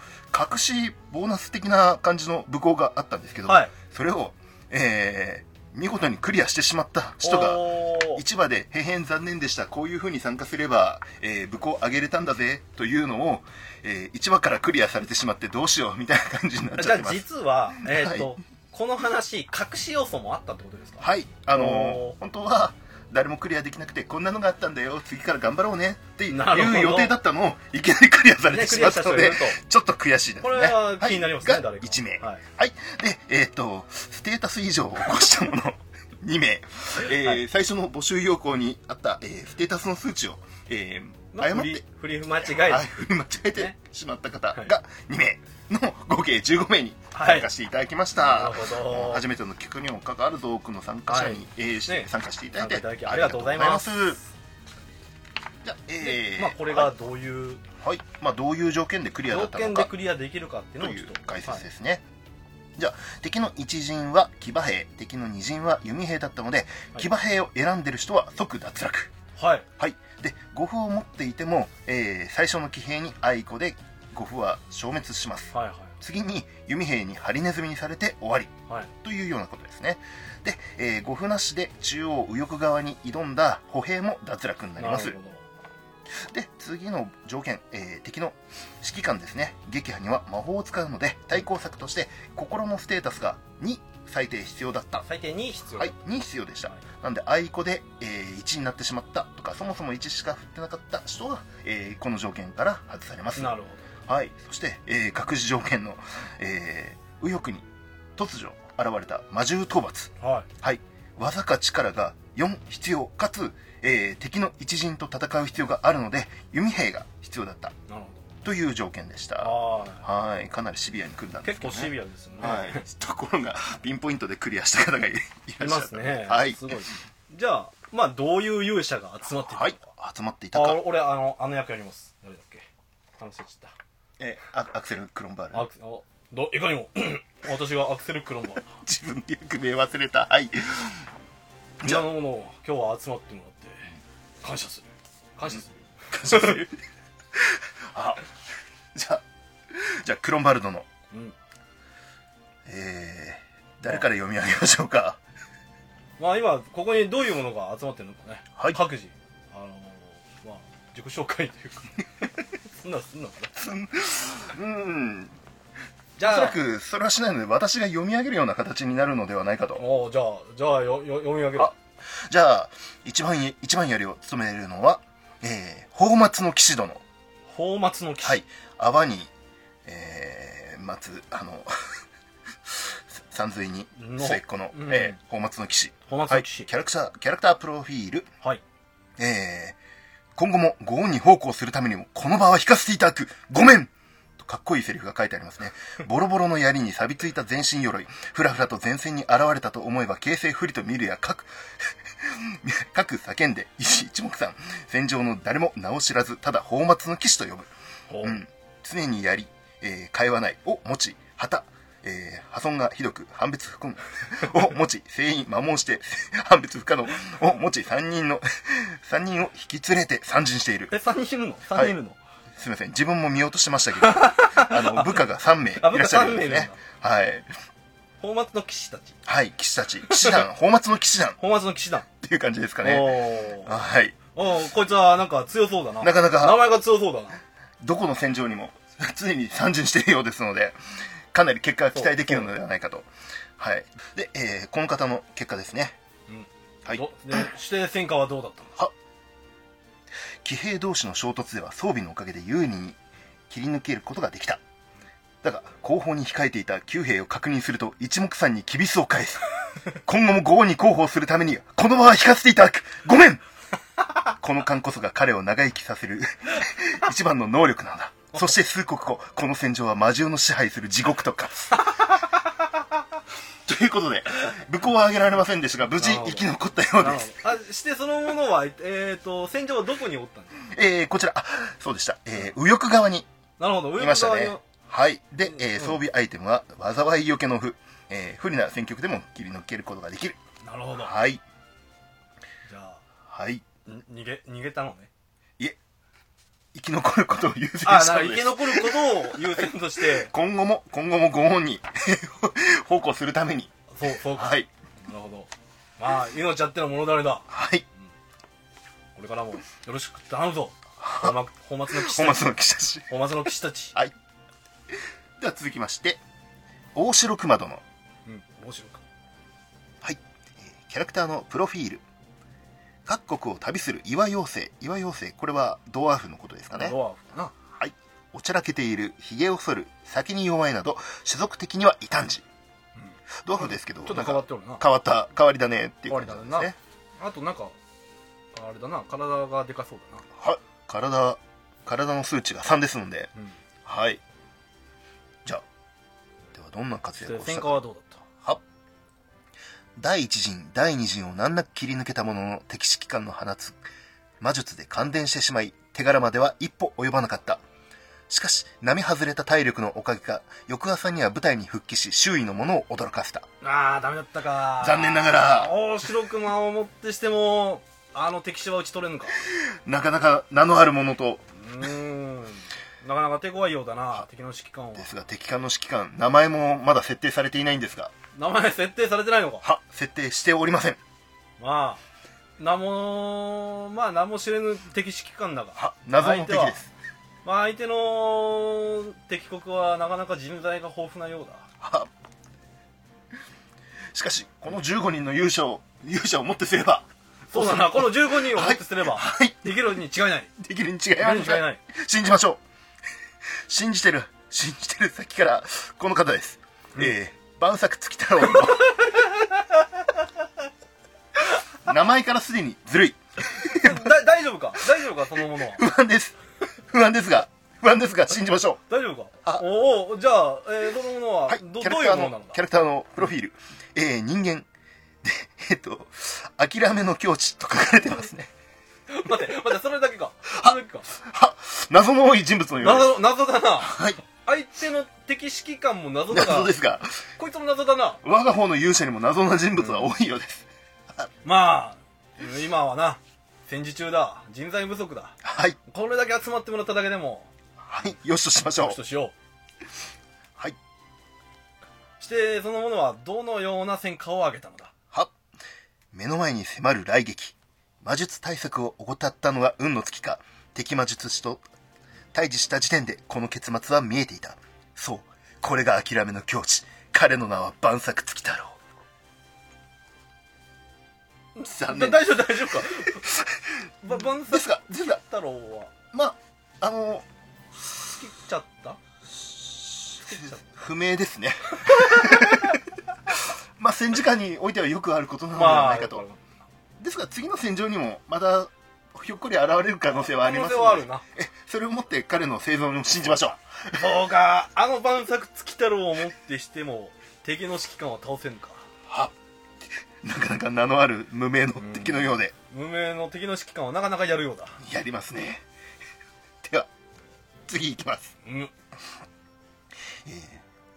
[SPEAKER 2] 隠しボーナス的な感じの武功があったんですけど、
[SPEAKER 1] はい
[SPEAKER 2] それを、えー見事にクリアしてしまった人が
[SPEAKER 1] おー
[SPEAKER 2] 市場で「へへん残念でしたこういう風に参加すれば、えー、武功上げれたんだぜ」というのを、えー、市場からクリアされてしまってどうしようみたいな感じになっち
[SPEAKER 1] じゃ
[SPEAKER 2] ゃっ
[SPEAKER 1] あ
[SPEAKER 2] てます
[SPEAKER 1] 実は、えっ、と、
[SPEAKER 2] は
[SPEAKER 1] この話、隠し要素もあったってことですか
[SPEAKER 2] はいあの
[SPEAKER 1] おー
[SPEAKER 2] ー本当は誰もクリアできなくてこんなのがあったんだよ次から頑張ろうねってい
[SPEAKER 1] なるほど
[SPEAKER 2] う予定だったのをいきなりクリアされて
[SPEAKER 1] ね、ク
[SPEAKER 2] し
[SPEAKER 1] リ
[SPEAKER 2] ま
[SPEAKER 1] ア
[SPEAKER 2] っ
[SPEAKER 1] した
[SPEAKER 2] た
[SPEAKER 1] 人
[SPEAKER 2] の
[SPEAKER 1] がい
[SPEAKER 2] で
[SPEAKER 1] る
[SPEAKER 2] ちょっと悔しいですね
[SPEAKER 1] これは気になりますね、
[SPEAKER 2] はい
[SPEAKER 1] 誰か。
[SPEAKER 2] が1名
[SPEAKER 1] はい。
[SPEAKER 2] はい。で、えーっと、ステータス以上を起こしたもの 2名、えー
[SPEAKER 1] はい
[SPEAKER 2] 最初の募集要項にあった、えーステータスの数値を、えー
[SPEAKER 1] まあ
[SPEAKER 2] 誤
[SPEAKER 1] 振
[SPEAKER 2] って
[SPEAKER 1] り、振り間違え
[SPEAKER 2] はい
[SPEAKER 1] ず。
[SPEAKER 2] 振り間違えて
[SPEAKER 1] ね
[SPEAKER 2] しまった方が2名の合計15名に
[SPEAKER 1] はい
[SPEAKER 2] 参加していただきまし
[SPEAKER 1] な
[SPEAKER 2] た。
[SPEAKER 1] るほど。
[SPEAKER 2] 初めての企画にも関わるぞ多くの参加者に、
[SPEAKER 1] はい
[SPEAKER 2] えーし
[SPEAKER 1] ね
[SPEAKER 2] 参加していただいて
[SPEAKER 1] 参加いただきありがとうございます
[SPEAKER 2] ありがとうございますじゃあ、えー
[SPEAKER 1] まあこれがどういう
[SPEAKER 2] はい、まあ、どういう条件でクリアだ
[SPEAKER 1] 条
[SPEAKER 2] ったの
[SPEAKER 1] 件
[SPEAKER 2] か
[SPEAKER 1] でクリアできるかっていう
[SPEAKER 2] と
[SPEAKER 1] のを
[SPEAKER 2] い
[SPEAKER 1] ちょ
[SPEAKER 2] う
[SPEAKER 1] っと
[SPEAKER 2] 解説
[SPEAKER 1] は
[SPEAKER 2] で
[SPEAKER 1] い
[SPEAKER 2] すね、じゃあ敵の一陣は騎馬兵敵の二陣は弓兵だったので、
[SPEAKER 1] はい
[SPEAKER 2] 騎馬兵を選んでる人は即脱落
[SPEAKER 1] はい。
[SPEAKER 2] はいで護符を持っていても、えー最初の騎兵に愛子で護符は消滅します
[SPEAKER 1] はいはい
[SPEAKER 2] 次に弓兵にハリネズミにされて終わり
[SPEAKER 1] はい。
[SPEAKER 2] というようなことですねで、えー護符なしで中央右翼側に挑んだ歩兵も脱落になります
[SPEAKER 1] るほど
[SPEAKER 2] で次の条件、えー敵の指揮官ですね撃破には魔法を使うので対抗策として心のステータスが2最低必要だった
[SPEAKER 1] 最低2必要。
[SPEAKER 2] はい2必要でした
[SPEAKER 1] はい
[SPEAKER 2] なんで愛子で、え1になってしまったとかそもそも1しか振ってなかった人は、えーこの条件から外されます
[SPEAKER 1] なるほ
[SPEAKER 2] はい、そして、えー、隠し条件の、えー右翼に突如現れた魔獣討伐
[SPEAKER 1] ど。はい。
[SPEAKER 2] はい、技か力が4必要かつ、えー敵の一陣と戦う必要があるので弓兵が必要だった
[SPEAKER 1] なる
[SPEAKER 2] という条件でした
[SPEAKER 1] ほど。は
[SPEAKER 2] はいかなりシビアに組んだん
[SPEAKER 1] い。
[SPEAKER 2] です
[SPEAKER 1] 結構
[SPEAKER 2] けど、ね、
[SPEAKER 1] シビアですよね。
[SPEAKER 2] はい、ところがピンポイントでクリアした方がいい
[SPEAKER 1] い
[SPEAKER 2] らっしゃ
[SPEAKER 1] ま
[SPEAKER 2] る
[SPEAKER 1] すね。
[SPEAKER 2] はい
[SPEAKER 1] すごい。じゃあ、まあどういう勇者が集まっている
[SPEAKER 2] は
[SPEAKER 1] の
[SPEAKER 2] い
[SPEAKER 1] か。
[SPEAKER 2] 集まっていた
[SPEAKER 1] あ
[SPEAKER 2] か、
[SPEAKER 1] 俺、あの、あの役やります。誰だっけ話しちゃっ
[SPEAKER 2] えーアアクセル・クロンバー
[SPEAKER 1] た。ア
[SPEAKER 2] ル
[SPEAKER 1] クセあど、いかにも。 私がアクセル・クロンバー。
[SPEAKER 2] 自分で役名忘れたはい
[SPEAKER 1] じゃあ、もの今日は集まってもらって、感謝する。感謝する。
[SPEAKER 2] あじゃあじゃあクロンバルドの
[SPEAKER 1] うん。
[SPEAKER 2] えー、誰から読み上げましょうか
[SPEAKER 1] まあ今、ここにどういうものが集まってるのかね。
[SPEAKER 2] はい
[SPEAKER 1] 各自。あのまあ、自己紹介という か。そんな、そんなのかな。
[SPEAKER 2] うん
[SPEAKER 1] じ
[SPEAKER 2] おそ
[SPEAKER 1] ゃ
[SPEAKER 2] ら
[SPEAKER 1] あ、
[SPEAKER 2] くそれはしないので私が読み上げるような形になるのではないかと
[SPEAKER 1] おうじゃあ、じゃあよ、よ、読み上げる。
[SPEAKER 2] あじゃあ一番い一番槍を務めるのは、えー、宝松の騎士殿
[SPEAKER 1] 宝松の騎士。
[SPEAKER 2] はい阿波に、えー、待つあの 山水に
[SPEAKER 1] の
[SPEAKER 2] 末っ子の、
[SPEAKER 1] うん
[SPEAKER 2] えー、宝松の騎士
[SPEAKER 1] 宝松
[SPEAKER 2] は
[SPEAKER 1] の
[SPEAKER 2] い、
[SPEAKER 1] 騎
[SPEAKER 2] キ
[SPEAKER 1] 士。
[SPEAKER 2] ャラクターキャラクタープロフィール、
[SPEAKER 1] はい。
[SPEAKER 2] えー、今後もご恩に奉公するためにもこの場は引かせていただくごめんとかっこいいセリフが書いてありますね。ボロボロの槍に錆びついた全身鎧。ふらふらと前線に現れたと思えば、形勢不利と見るや、各、 各叫んで、一一目散。戦場の誰も名を知らず、ただ宝松の騎士と呼ぶ。
[SPEAKER 1] ほう
[SPEAKER 2] うん、常にやり、えー、会話ないを持ち旗、えー破損がひどく判別不可能を持ち全員摩耗して判別不可能を持ち3人の3人を引き連れて参陣している
[SPEAKER 1] え、3人いるの ?3 人いるの、
[SPEAKER 2] すみません自分も見落としてましたけどあの部下が3名
[SPEAKER 1] あ
[SPEAKER 2] いらっしゃるんで
[SPEAKER 1] 部下三名
[SPEAKER 2] すねはい
[SPEAKER 1] 宝松の騎士たち。
[SPEAKER 2] はい騎士たち騎士団 宝松の騎士団っ
[SPEAKER 1] 宝松の騎士団。
[SPEAKER 2] ていう感じですかね
[SPEAKER 1] おー
[SPEAKER 2] はい
[SPEAKER 1] おーこいつはなんか強そうだな。
[SPEAKER 2] なかなか
[SPEAKER 1] 名前が強そうだな。
[SPEAKER 2] どこの戦場にも 常に参巡しているようですので、かなり結果が期待できるのではないかと。はい。で、えーこの方の結果ですね。
[SPEAKER 1] うん
[SPEAKER 2] はい
[SPEAKER 1] どで、指定戦果はどうだったの
[SPEAKER 2] 騎兵同士の衝突では装備のおかげで有利に切り抜けることができた。だが、後方に控えていた旧兵を確認すると、一目散にキビスを返す。今後も豪に広報するために、この場は引かせていただく。ごめんこの間こそが彼を長生きさせる一番の能力なんだ。そして数国後、この戦場は魔獣の支配する地獄と化す。ということで、武功は挙げられませんでしたが、無事生き残ったよう
[SPEAKER 1] な
[SPEAKER 2] で
[SPEAKER 1] る
[SPEAKER 2] す
[SPEAKER 1] ほ。どあ、してそのものは、えっ、と、戦場はどこにおったんですか
[SPEAKER 2] えー、こちら、あ、そうでした。えー、右翼側に
[SPEAKER 1] なるほど、上
[SPEAKER 2] いま
[SPEAKER 1] の
[SPEAKER 2] した
[SPEAKER 1] 側に
[SPEAKER 2] ね。はい。で、えー
[SPEAKER 1] うん
[SPEAKER 2] 装備アイテムは、災いよけの符。えー不利な戦局でも切り抜けることができる。
[SPEAKER 1] なるほど。
[SPEAKER 2] はい。
[SPEAKER 1] じゃあ、
[SPEAKER 2] はい。
[SPEAKER 1] ん逃げ、逃げたのね。
[SPEAKER 2] 生き残ることを優先
[SPEAKER 1] あ、
[SPEAKER 2] し
[SPEAKER 1] な
[SPEAKER 2] た
[SPEAKER 1] んか生
[SPEAKER 2] ので
[SPEAKER 1] き
[SPEAKER 2] す。
[SPEAKER 1] 残ることを優先 として、
[SPEAKER 2] 今後も、今後もご本に、奉公するために、
[SPEAKER 1] そう、そうか。
[SPEAKER 2] はい。
[SPEAKER 1] なるほどまあ命あってのものだれだ
[SPEAKER 2] はい。
[SPEAKER 1] これからもよろしく頼むぞ宝幕宝松の騎士
[SPEAKER 2] 本
[SPEAKER 1] たち
[SPEAKER 2] 末の記者誌。
[SPEAKER 1] 宝松の騎士たち
[SPEAKER 2] はい。では続きまして、大城熊殿。
[SPEAKER 1] うん面白く
[SPEAKER 2] はい。えーキャラクターのプロフィール。各国を旅する岩妖精。岩妖精、これはドワーフのことですかね。
[SPEAKER 1] ドワーフかな
[SPEAKER 2] はい。おちゃらけている、髭を剃る、先に弱いなど、種族的には異端児。ドワーフですけど、
[SPEAKER 1] ちょっ
[SPEAKER 2] な
[SPEAKER 1] と変
[SPEAKER 2] んか
[SPEAKER 1] わっておるな
[SPEAKER 2] 変わった、変わりだねっていう感じなんです
[SPEAKER 1] 変わりだね。
[SPEAKER 2] ね
[SPEAKER 1] あとなんかあれだな体がでかそうだな
[SPEAKER 2] はい。体、体の数値が3ですので、
[SPEAKER 1] うん
[SPEAKER 2] はい。じゃあ、ではどんな活躍をし
[SPEAKER 1] 戦
[SPEAKER 2] た
[SPEAKER 1] 果
[SPEAKER 2] か。
[SPEAKER 1] はどうだった
[SPEAKER 2] は第一陣、第二陣を難なく切り抜けたものの敵指揮官の放つ魔術で感電してしまい、手柄までは一歩及ばなかった。しかし、並外れた体力のおかげか、翌朝には舞台に復帰し、周囲の者を驚かせた。
[SPEAKER 1] ああダメだったか
[SPEAKER 2] 残念ながら、
[SPEAKER 1] 大白熊をもってしてもあの敵手は打ち取れんのか
[SPEAKER 2] なかなか名のあるものと、
[SPEAKER 1] うーんなかなか手強いようだな敵の指揮官は
[SPEAKER 2] ですが敵艦の指揮官、名前もまだ設定されていないんですが、
[SPEAKER 1] 名前設定されてないのか
[SPEAKER 2] は、設定しておりません。
[SPEAKER 1] まあ名もまあ名も知れぬ敵指揮官だが
[SPEAKER 2] は、謎の敵
[SPEAKER 1] 相
[SPEAKER 2] で
[SPEAKER 1] 手は
[SPEAKER 2] す。
[SPEAKER 1] まあ相手の敵国はなかなか人材が豊富なようだ
[SPEAKER 2] はしかしこの15人の勇者を勇者をもってすれば
[SPEAKER 1] そうだなこの15人をもってすれば、
[SPEAKER 2] はい
[SPEAKER 1] できるに違いない
[SPEAKER 2] できるに違い
[SPEAKER 1] でき
[SPEAKER 2] あ
[SPEAKER 1] る
[SPEAKER 2] り
[SPEAKER 1] に
[SPEAKER 2] ま
[SPEAKER 1] 違い
[SPEAKER 2] せん
[SPEAKER 1] ない
[SPEAKER 2] 信じましょう信じてる信じてる先からこの方です、えー、晩作月太郎 名前からすでにずるい
[SPEAKER 1] だ大丈夫か大丈夫かそのもの は
[SPEAKER 2] 不安です不安ですが不安ですが信じましょ
[SPEAKER 1] 大丈夫
[SPEAKER 2] あ
[SPEAKER 1] かおおじゃあ、えーそのものは
[SPEAKER 2] う、はい、キ
[SPEAKER 1] ど,、
[SPEAKER 2] ャラ
[SPEAKER 1] どうい
[SPEAKER 2] クター
[SPEAKER 1] うものな
[SPEAKER 2] の
[SPEAKER 1] の
[SPEAKER 2] キャ
[SPEAKER 1] だ
[SPEAKER 2] ラクターのプロフィール、えー、人間で えっと諦めの境地と書かれてますね
[SPEAKER 1] 待って待ってそれだけかそれだけか
[SPEAKER 2] は謎の多い人物のようです
[SPEAKER 1] 謎謎だな
[SPEAKER 2] はい、
[SPEAKER 1] 相手の敵指揮官も謎だが
[SPEAKER 2] 謎ですが、
[SPEAKER 1] こいつも謎だな
[SPEAKER 2] 我が方の勇者にも謎な人物は多いようです。
[SPEAKER 1] まあ今はな戦時中だ人材不足だ
[SPEAKER 2] はい、
[SPEAKER 1] これだけ集まってもらっただけでも
[SPEAKER 2] はい、よしとしましょ
[SPEAKER 1] よし
[SPEAKER 2] う
[SPEAKER 1] と。しよ
[SPEAKER 2] はい、
[SPEAKER 1] うしてそのものはどのような戦果を上げたのだ
[SPEAKER 2] は、目の前に迫る雷撃。魔術対策を怠ったのが運の月か、敵魔術師と対峙した時点でこの結末は見えていた。そう、これが諦めの境地。彼の名は万作月太郎。残
[SPEAKER 1] だ
[SPEAKER 2] 念
[SPEAKER 1] 大丈夫大丈 夫かば万
[SPEAKER 2] で
[SPEAKER 1] 作
[SPEAKER 2] すが、ですが、
[SPEAKER 1] 太郎は
[SPEAKER 2] まあ、あの、
[SPEAKER 1] つきちゃったつきちゃっ
[SPEAKER 2] 不明です ねまあ戦時下においてはよくあること
[SPEAKER 1] た
[SPEAKER 2] なのではないかと、
[SPEAKER 1] 可
[SPEAKER 2] ですが次の戦場にもまたひょっこり現れる可能性はありま
[SPEAKER 1] 能
[SPEAKER 2] す
[SPEAKER 1] 性
[SPEAKER 2] ので
[SPEAKER 1] はあるな
[SPEAKER 2] えそれをもって彼の生存を信じましょう
[SPEAKER 1] そうかあの万作月太郎をもってしても敵の指揮官は倒せんか
[SPEAKER 2] はなかなか名のある無名の
[SPEAKER 1] ん
[SPEAKER 2] 敵のようで
[SPEAKER 1] 無名の敵の指揮官はなかなかやるようだ
[SPEAKER 2] やりますねでは次いきます
[SPEAKER 1] うん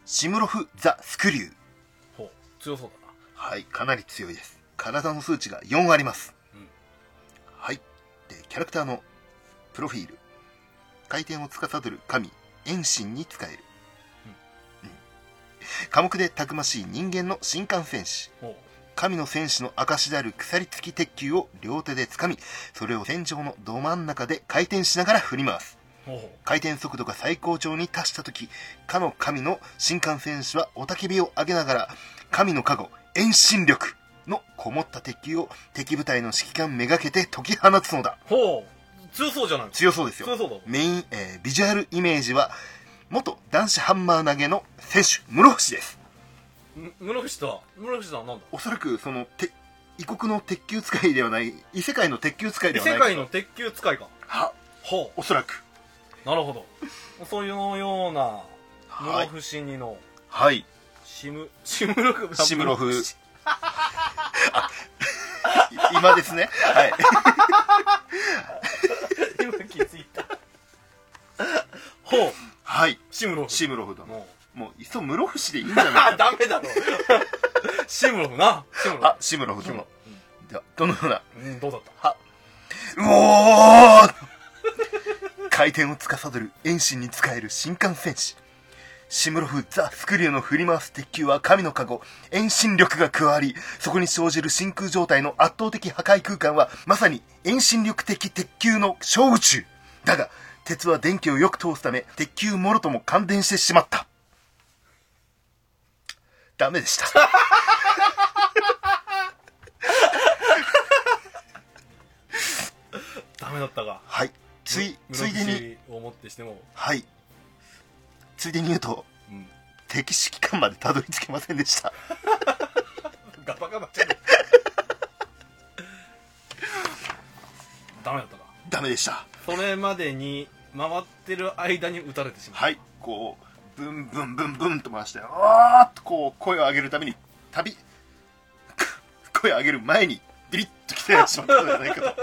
[SPEAKER 2] シムロフ・ザ・スクリュー
[SPEAKER 1] ほう強そうだな
[SPEAKER 2] はい、かなり強いです。体の数値が4あります。
[SPEAKER 1] うん
[SPEAKER 2] はい。で、キャラクターのプロフィール。回転を司る神、遠心に使える。うん寡黙でたくましい人間の新幹戦士。
[SPEAKER 1] ほ
[SPEAKER 2] 神の戦士の証である鎖付き鉄球を両手で掴み、それを戦場のど真ん中で回転しながら振り回す。
[SPEAKER 1] うほうほ
[SPEAKER 2] 回転速度が最高潮に達した時かの神の新幹線士は雄たけびを上げながら神の加護遠心力のこもった敵を敵部隊の指揮官めがけて解き放つのだ
[SPEAKER 1] うほう強そうじゃない
[SPEAKER 2] 強そうです
[SPEAKER 1] 強
[SPEAKER 2] よ
[SPEAKER 1] そうだ
[SPEAKER 2] メイン、えービジュアルイメージは元男子ハンマー投げの選手室伏です
[SPEAKER 1] む室伏とは室伏とは何だ
[SPEAKER 2] おそらくそのて異国の鉄球使いではない異世界の鉄球使いで
[SPEAKER 1] 異
[SPEAKER 2] はない
[SPEAKER 1] 世界の鉄球使いか
[SPEAKER 2] は
[SPEAKER 1] ほ
[SPEAKER 2] おそらく
[SPEAKER 1] うなるほどそういうような
[SPEAKER 2] はい
[SPEAKER 1] 室伏にの
[SPEAKER 2] はい
[SPEAKER 1] シムシムロフ
[SPEAKER 2] シムロフあ 今ですねはい
[SPEAKER 1] 今気づいたほう
[SPEAKER 2] はい。
[SPEAKER 1] シムロフ
[SPEAKER 2] シムロフ殿。
[SPEAKER 1] もう
[SPEAKER 2] もう、いっそ室伏でいいんじゃな
[SPEAKER 1] あ
[SPEAKER 2] いか。
[SPEAKER 1] ダメだろ シムロフなシムロ
[SPEAKER 2] あ
[SPEAKER 1] フ、
[SPEAKER 2] シムロフ殿。では、どのような。
[SPEAKER 1] うんどうだった
[SPEAKER 2] うおー回転を司る遠心に使える新幹線士。シムロフ・ザ・スクリューの振り回す鉄球は神の加護遠心力が加わりそこに生じる真空状態の圧倒的破壊空間はまさに遠心力的鉄球の小宇宙だが鉄は電気をよく通すため鉄球もろとも感電してしまったダメでした
[SPEAKER 1] ダメだったか
[SPEAKER 2] はいついついでに
[SPEAKER 1] をもってしても
[SPEAKER 2] はいついでに言うと
[SPEAKER 1] うん
[SPEAKER 2] 敵指揮官までたどり着けませんでした
[SPEAKER 1] ガバガバちゃうダメだったか
[SPEAKER 2] ダメでした
[SPEAKER 1] それまでに回ってる間に撃たれてしまう、
[SPEAKER 2] はいこうブンブンブンブンと回してあーっとこう声を上げるために旅声を上げる前にビリッと来てしまったのではないかと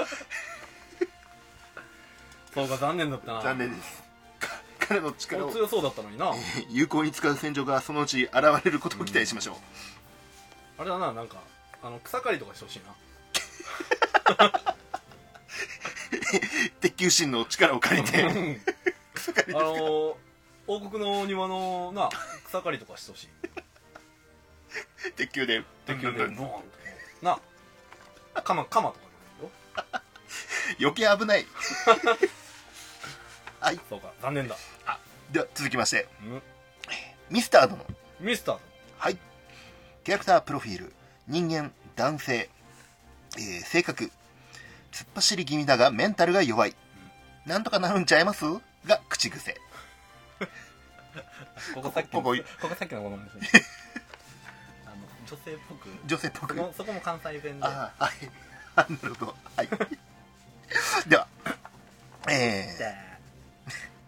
[SPEAKER 1] そうか残念だったな
[SPEAKER 2] 残念ですか彼の力を
[SPEAKER 1] 強そうだったのにな
[SPEAKER 2] 有効に使う戦場がそのうち現れることを期待しましょう、
[SPEAKER 1] あれだななんかあの草刈りとかしてほしいな
[SPEAKER 2] 鉄球神の力を借りて草刈り
[SPEAKER 1] あ
[SPEAKER 2] ですか
[SPEAKER 1] のー王国の庭のな草刈りとかしてほしい
[SPEAKER 2] 鉄球で
[SPEAKER 1] 鉄球で
[SPEAKER 2] ブ
[SPEAKER 1] ボ
[SPEAKER 2] ン
[SPEAKER 1] ー
[SPEAKER 2] ブ
[SPEAKER 1] ン
[SPEAKER 2] ン
[SPEAKER 1] と
[SPEAKER 2] ブン
[SPEAKER 1] こうなカマカマとかじゃないよ
[SPEAKER 2] 余計危ないはい
[SPEAKER 1] そうか残念だ、
[SPEAKER 2] では続きまして
[SPEAKER 1] うん
[SPEAKER 2] ミスター殿
[SPEAKER 1] ミスター
[SPEAKER 2] はいキャラクタープロフィール人間男性、えー性格突っ走り気味だがメンタルが弱いなんとかなるんちゃいますが口癖
[SPEAKER 1] ここさっきの
[SPEAKER 2] ここ
[SPEAKER 1] こ
[SPEAKER 2] い
[SPEAKER 1] こさっきのことなんですね あの女性っぽく
[SPEAKER 2] 女性っぽ
[SPEAKER 1] そ
[SPEAKER 2] く
[SPEAKER 1] こそこも関西弁で
[SPEAKER 2] ああはいあなるほどはい ではえ
[SPEAKER 1] じゃ
[SPEAKER 2] ー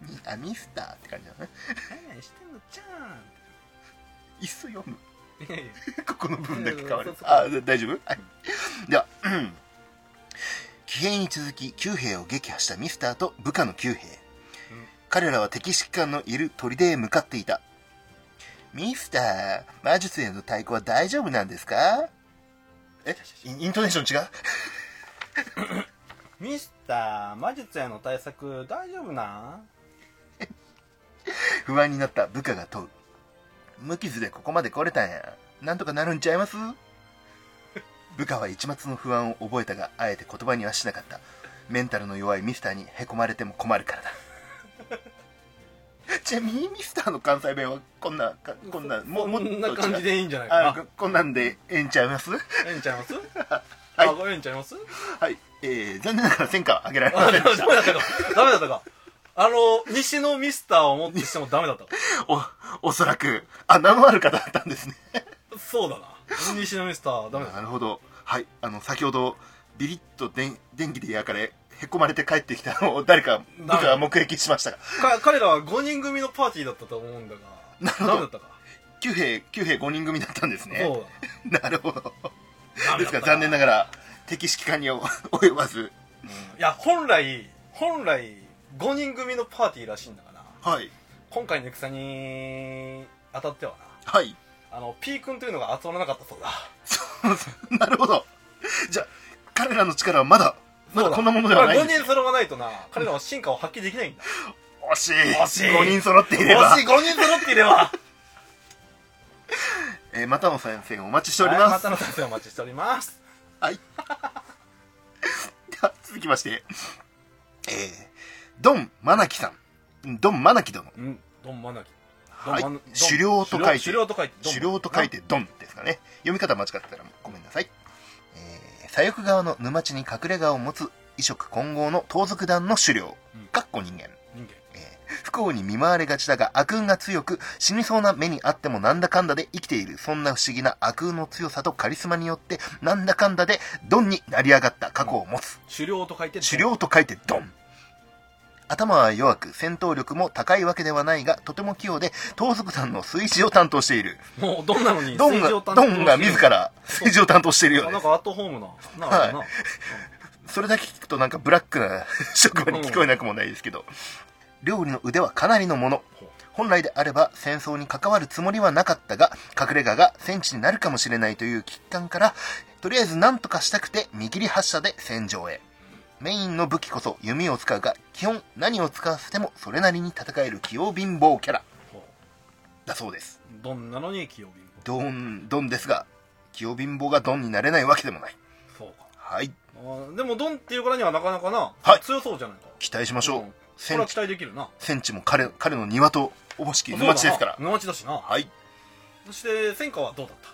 [SPEAKER 2] みあミスターって感じだね
[SPEAKER 1] あ何々してんのじゃ
[SPEAKER 2] いっそ読む
[SPEAKER 1] んいやいや
[SPEAKER 2] ここの部分だけ変わる
[SPEAKER 1] うんそうそう
[SPEAKER 2] あ大丈夫はいでは うん騎兵に続き9兵を撃破したミスターと部下の9兵彼らは敵指揮官のいる砦へ向かっていたミスター魔術への対抗は大丈夫なんですかえインイントネーション違う
[SPEAKER 1] ミスター魔術への対策大丈夫なん
[SPEAKER 2] 不安になった部下が問う無傷でここまで来れたんやなんとかなるんちゃいます部下は一抹の不安を覚えたがあえて言葉にはしなかったメンタルの弱いミスターにへこまれても困るからだ ちなみにミスターの関西弁はこんなかこんなも
[SPEAKER 1] こ
[SPEAKER 2] もっと違
[SPEAKER 1] んな感じ
[SPEAKER 2] う
[SPEAKER 1] でいいんじゃないか
[SPEAKER 2] あ
[SPEAKER 1] な
[SPEAKER 2] こんなんでええんちゃいます
[SPEAKER 1] ええんちゃいますあこれええんちゃいます
[SPEAKER 2] はい、えー、残念ながら戦果は上げられま
[SPEAKER 1] あ
[SPEAKER 2] せ
[SPEAKER 1] ダ
[SPEAKER 2] んで
[SPEAKER 1] メ
[SPEAKER 2] した。
[SPEAKER 1] だったかダメだったかあの西のミスターをもってしてもダメだったか
[SPEAKER 2] お、おそらく、あ、名のある方だったんですね。
[SPEAKER 1] そうだな西のミスターダメだ
[SPEAKER 2] なるほど。はい、あの、先ほど、ビリッと電電気で焼かれ、へこまれて帰ってきたのを誰か、僕
[SPEAKER 1] なるほど
[SPEAKER 2] が目撃しましたが、
[SPEAKER 1] か彼らは5人組のパーティーだったと思うんだが
[SPEAKER 2] なるほど
[SPEAKER 1] ダメだったか
[SPEAKER 2] 9兵、9兵5人組だったんですね。
[SPEAKER 1] そう
[SPEAKER 2] なるほど。
[SPEAKER 1] だ
[SPEAKER 2] ですから、残念な
[SPEAKER 1] が
[SPEAKER 2] がら、敵指揮官には 及ばず、
[SPEAKER 1] らいや本来本来5人組のパーティーらしいんだから
[SPEAKER 2] はい、
[SPEAKER 1] 今回の戦に当たっては
[SPEAKER 2] はい。
[SPEAKER 1] なあの P 君というのが集まらなかったそうだ
[SPEAKER 2] そうなるほど。じゃあ、彼らの力はまだ、まだこんなもので
[SPEAKER 1] ま
[SPEAKER 2] は
[SPEAKER 1] あ
[SPEAKER 2] ない
[SPEAKER 1] 5
[SPEAKER 2] んです
[SPEAKER 1] 人揃わないとな彼らは進化を発揮できないんだ
[SPEAKER 2] 惜しい。
[SPEAKER 1] 惜しい
[SPEAKER 2] 5人揃っていれば。
[SPEAKER 1] もし5人揃っていれば
[SPEAKER 2] えー、またの参戦お待ちしております。
[SPEAKER 1] はいまたの参戦お待ちしております
[SPEAKER 2] では 続きまして、えー、ドン・マナキさん。ドン・マナキ殿。
[SPEAKER 1] うんドンマナキ
[SPEAKER 2] はい狩猟と書いて
[SPEAKER 1] 狩猟と書いてドン
[SPEAKER 2] 狩猟と書いてドンですかね。読み方間違ってたらごめんなさい。えー、左翼側の沼地に隠れ家を持つ異色混合の盗賊団の狩猟
[SPEAKER 1] うん。
[SPEAKER 2] かっこ人間。
[SPEAKER 1] 人間
[SPEAKER 2] えー不幸に見舞われがちだが悪運が強く死にそうな目にあってもなんだかんだで生きているそんな不思議な悪運の強さとカリスマによってなんだかんだでドンになり上がった過去を持つ
[SPEAKER 1] 狩猟と書いて
[SPEAKER 2] 狩猟と書いてドン頭は弱く戦闘力も高いわけではないがとても器用で盗賊団の炊事を担当している
[SPEAKER 1] もうドンなのに
[SPEAKER 2] ドン
[SPEAKER 1] 水上
[SPEAKER 2] が
[SPEAKER 1] 担
[SPEAKER 2] ド
[SPEAKER 1] 当
[SPEAKER 2] ンが自ら
[SPEAKER 1] そう
[SPEAKER 2] 炊事を担当しているよ
[SPEAKER 1] あ
[SPEAKER 2] う
[SPEAKER 1] なん
[SPEAKER 2] です
[SPEAKER 1] かアットホームなな
[SPEAKER 2] はい
[SPEAKER 1] な
[SPEAKER 2] それだけ聞くとなんかブラッ クな職場に聞こえなくもないですけど料理の腕はかなりのもの本来であれば戦争に関わるつもりはなかったが隠れ家が戦地になるかもしれないという危機感からとりあえず何とかしたくて見切り発車で戦場へメインの武器こそ弓を使うが基本何を使わせてもそれなりに戦える器用貧乏キャラ
[SPEAKER 1] ほう
[SPEAKER 2] だそうです
[SPEAKER 1] どんなのに器用貧乏
[SPEAKER 2] ドンドンですが清貧乏がドンになれないわけでもない
[SPEAKER 1] そうか
[SPEAKER 2] はい
[SPEAKER 1] あーでもドンっていうからにはなかなかな、
[SPEAKER 2] はい
[SPEAKER 1] 強そうじゃないか
[SPEAKER 2] 期待しましょう、
[SPEAKER 1] うんこ
[SPEAKER 2] セ
[SPEAKER 1] れは
[SPEAKER 2] ン
[SPEAKER 1] 期
[SPEAKER 2] チ
[SPEAKER 1] 待できるな
[SPEAKER 2] センチも彼彼の庭とおぼしき沼地ですから
[SPEAKER 1] そうだな沼地だしな、
[SPEAKER 2] はい
[SPEAKER 1] そして戦果はどうだった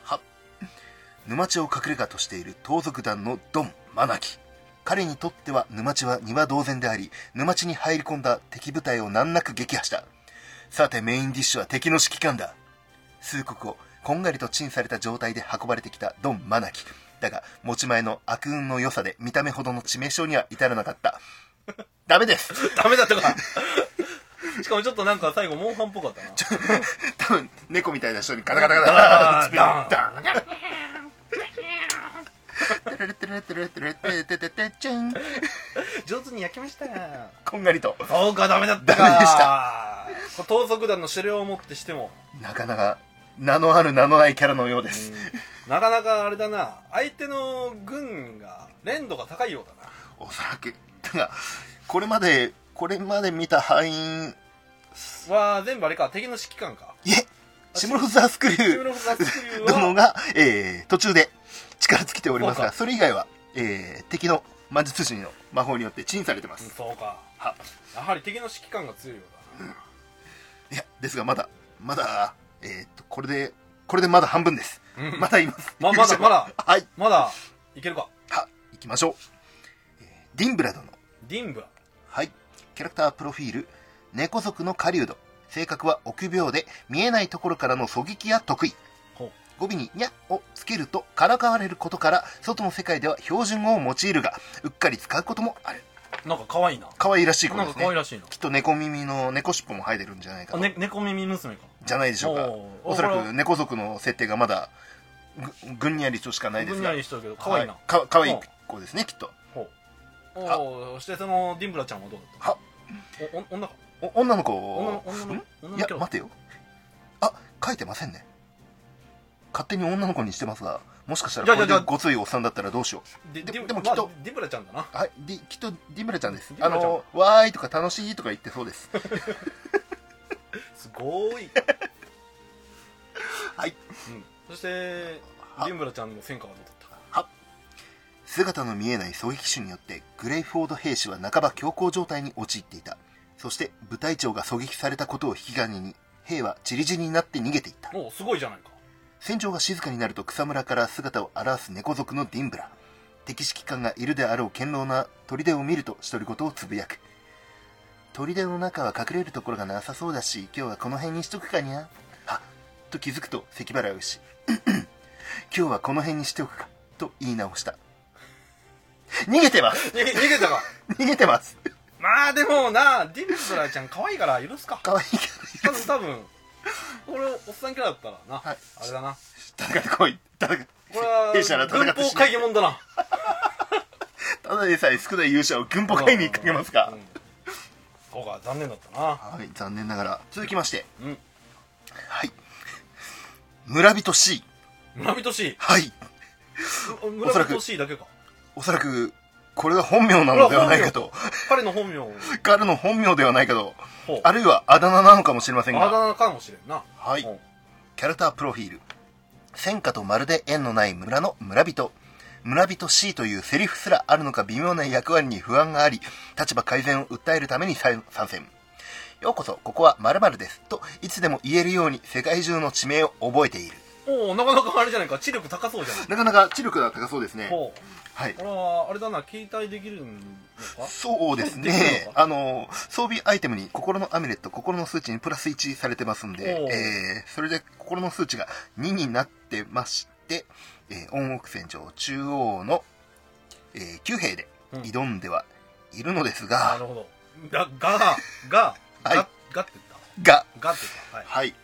[SPEAKER 2] 沼地を隠れ家としている盗賊団のドンマナキ彼にとっては沼地は庭同然であり沼地に入り込んだ敵部隊を難なく撃破したさてメインディッシュは敵の指揮官だ数国をこんがりとチンされた状態で運ばれてきたドンマナキだが持ち前の悪運の良さで見た目ほどの致命傷には至らなかった ダメです
[SPEAKER 1] ダメだったか しかもちょっとなんか最後モンハンっぽかったな
[SPEAKER 2] 多分猫みたいな人にガタガタガ
[SPEAKER 1] ダ
[SPEAKER 2] タガ
[SPEAKER 1] ン
[SPEAKER 2] タダンテレレテレレテレテレテレテレテチン
[SPEAKER 1] 上手に焼けましたが
[SPEAKER 2] こんがりと
[SPEAKER 1] そうかダメだったか
[SPEAKER 2] ダメで
[SPEAKER 1] これ盗賊団の狩猟をもってしても
[SPEAKER 2] なかなか名のある名のないキャラのようです
[SPEAKER 1] なかなかあれだな相手の軍が連度が高いようだな
[SPEAKER 2] おそらくだがこれまでこれまで見た敗因
[SPEAKER 1] は全部あれか敵の指揮官か
[SPEAKER 2] いえシムロフザースクリ
[SPEAKER 1] 中
[SPEAKER 2] ュ
[SPEAKER 1] のフラスクリュ
[SPEAKER 2] ー
[SPEAKER 1] ー
[SPEAKER 2] 殿
[SPEAKER 1] は
[SPEAKER 2] が、えー途中で力尽きております
[SPEAKER 1] そう
[SPEAKER 2] が
[SPEAKER 1] か
[SPEAKER 2] それ以外は、えー敵の魔術師の魔法によってチンされてま
[SPEAKER 1] う
[SPEAKER 2] す
[SPEAKER 1] んそうか
[SPEAKER 2] は
[SPEAKER 1] やはり敵の指揮官が強いようだない
[SPEAKER 2] やですがまだまだえーっとこれでこれでまだ半分です、
[SPEAKER 1] うん
[SPEAKER 2] まだいます
[SPEAKER 1] ままだ
[SPEAKER 2] 許して
[SPEAKER 1] まだ
[SPEAKER 2] はい
[SPEAKER 1] まだいけるか
[SPEAKER 2] は行きましょう、えーディンブラ殿
[SPEAKER 1] ディンブラ
[SPEAKER 2] はいキャラクタープロフィール猫族の狩人性格は臆病で見えないところからの狙撃が得意
[SPEAKER 1] ほう
[SPEAKER 2] 語尾に「にゃ」をつけるとからかわれることから外の世界では標準語を用いるがうっかり使うこともある
[SPEAKER 1] なんか可愛いな
[SPEAKER 2] 可愛らしい子
[SPEAKER 1] な
[SPEAKER 2] で
[SPEAKER 1] んか
[SPEAKER 2] す
[SPEAKER 1] 可愛
[SPEAKER 2] ね
[SPEAKER 1] らしいな
[SPEAKER 2] きっと猫耳の猫尻尾も生えてるんじゃないか
[SPEAKER 1] あ
[SPEAKER 2] と
[SPEAKER 1] ね猫耳娘か
[SPEAKER 2] じゃないでしょうか
[SPEAKER 1] おー
[SPEAKER 2] おそら
[SPEAKER 1] これ
[SPEAKER 2] く猫族の設定がまだぐぐんにゃりとしかないで
[SPEAKER 1] ぐ
[SPEAKER 2] す
[SPEAKER 1] ん
[SPEAKER 2] が
[SPEAKER 1] やりしとるけど可愛いな、
[SPEAKER 2] はかかわいい
[SPEAKER 1] うん
[SPEAKER 2] 子ですねきっと
[SPEAKER 1] ほうおおそしてそのディンブラちゃんはどうだった
[SPEAKER 2] は
[SPEAKER 1] おお女か
[SPEAKER 2] お女の子
[SPEAKER 1] 女の
[SPEAKER 2] を
[SPEAKER 1] 女の女の
[SPEAKER 2] いや
[SPEAKER 1] キャラ
[SPEAKER 2] 待てよあ書いてませんね勝手に女の子にしてますがもしかしたら
[SPEAKER 1] いや
[SPEAKER 2] こ
[SPEAKER 1] い
[SPEAKER 2] れ
[SPEAKER 1] やい
[SPEAKER 2] で
[SPEAKER 1] や
[SPEAKER 2] ごついおっさんだったらどうしよう
[SPEAKER 1] で
[SPEAKER 2] で
[SPEAKER 1] でも
[SPEAKER 2] でも
[SPEAKER 1] き
[SPEAKER 2] き
[SPEAKER 1] っ
[SPEAKER 2] っ
[SPEAKER 1] と、
[SPEAKER 2] と
[SPEAKER 1] まあディブラちゃんだな
[SPEAKER 2] はいできっとディムラちゃんです
[SPEAKER 1] ディ
[SPEAKER 2] あ
[SPEAKER 1] ムラちゃん
[SPEAKER 2] の「わーい」とか「楽しい」とか言ってそうです
[SPEAKER 1] すごーい
[SPEAKER 2] はい、
[SPEAKER 1] うん、そして
[SPEAKER 2] は
[SPEAKER 1] ディンブラちゃんの戦果はどうだったか
[SPEAKER 2] 姿の見えない狙撃手によってグレイフォード兵士は半ば強行状態に陥っていたそして部隊長が狙撃されたことを引き金に兵は散り散りになって逃げていった
[SPEAKER 1] もうすごいじゃない か
[SPEAKER 2] 戦場が静かになると草むらから姿を現す猫族のディンブラ敵指揮官がいるであろう堅牢な砦を見ると独り言をつぶやく砦の中は隠れるところがなさそうだし今日はこの辺にしとくかにゃはっと気づくと咳払いをし「今日はこの辺にしておくか」と言い直した逃げてます
[SPEAKER 1] 逃げ逃げたか
[SPEAKER 2] 逃げてます
[SPEAKER 1] まあでもなディンブラちゃん可愛いから許すか
[SPEAKER 2] 可愛いけ
[SPEAKER 1] 多
[SPEAKER 2] ど
[SPEAKER 1] 分多分これおっさんキャラだったらな、
[SPEAKER 2] はい
[SPEAKER 1] あれだ な
[SPEAKER 2] 戦ってこい戦って
[SPEAKER 1] これは
[SPEAKER 2] 兵士なら戦
[SPEAKER 1] 軍
[SPEAKER 2] って
[SPEAKER 1] 法
[SPEAKER 2] しな
[SPEAKER 1] 会
[SPEAKER 2] い
[SPEAKER 1] 議もんだな
[SPEAKER 2] ただでさえ少ない勇者を軍法会にかけますか
[SPEAKER 1] うんそうか残念だったな
[SPEAKER 2] はい残念ながら続きまして
[SPEAKER 1] うん
[SPEAKER 2] はい。村人 C。
[SPEAKER 1] 村人 C
[SPEAKER 2] はい。
[SPEAKER 1] う
[SPEAKER 2] おそ
[SPEAKER 1] 村
[SPEAKER 2] ら
[SPEAKER 1] 人
[SPEAKER 2] く
[SPEAKER 1] C だけか
[SPEAKER 2] おそらく、これが本名なのではないかと。
[SPEAKER 1] 彼の本名を
[SPEAKER 2] 彼の本名ではないかと。
[SPEAKER 1] ほう
[SPEAKER 2] あるいはあだ名なのかもしれません
[SPEAKER 1] あ
[SPEAKER 2] が、
[SPEAKER 1] だ名かもしれんな
[SPEAKER 2] はい
[SPEAKER 1] ほう
[SPEAKER 2] キャラクタープロフィール。戦火とまるで縁のない村の村人。村人 C というセリフすらあるのか微妙な役割に不安があり、立場改善を訴えるために参参戦。ようこそ、ここは〇〇です。と、いつでも言えるように世界中の地名を覚えている。
[SPEAKER 1] おおなかなかあれじゃないか知力高そうじゃない
[SPEAKER 2] なかなか知力が高そうですね。
[SPEAKER 1] ほ
[SPEAKER 2] はいう
[SPEAKER 1] こ。れはあれだな携帯できるのか
[SPEAKER 2] そうです
[SPEAKER 1] できる
[SPEAKER 2] ね
[SPEAKER 1] の。か
[SPEAKER 2] あの、装備アイテムに心のアミュレット、心の数値にプラス1されてますんで
[SPEAKER 1] おう、
[SPEAKER 2] えーそれで心の数値が2になってまして、えー、温北戦場中央の、えー、9兵で
[SPEAKER 1] うん
[SPEAKER 2] 挑んではいるのです
[SPEAKER 1] な
[SPEAKER 2] が、
[SPEAKER 1] るほどがががが
[SPEAKER 2] はい
[SPEAKER 1] ががって言っ
[SPEAKER 2] が、
[SPEAKER 1] たがって言ったはい
[SPEAKER 2] はい。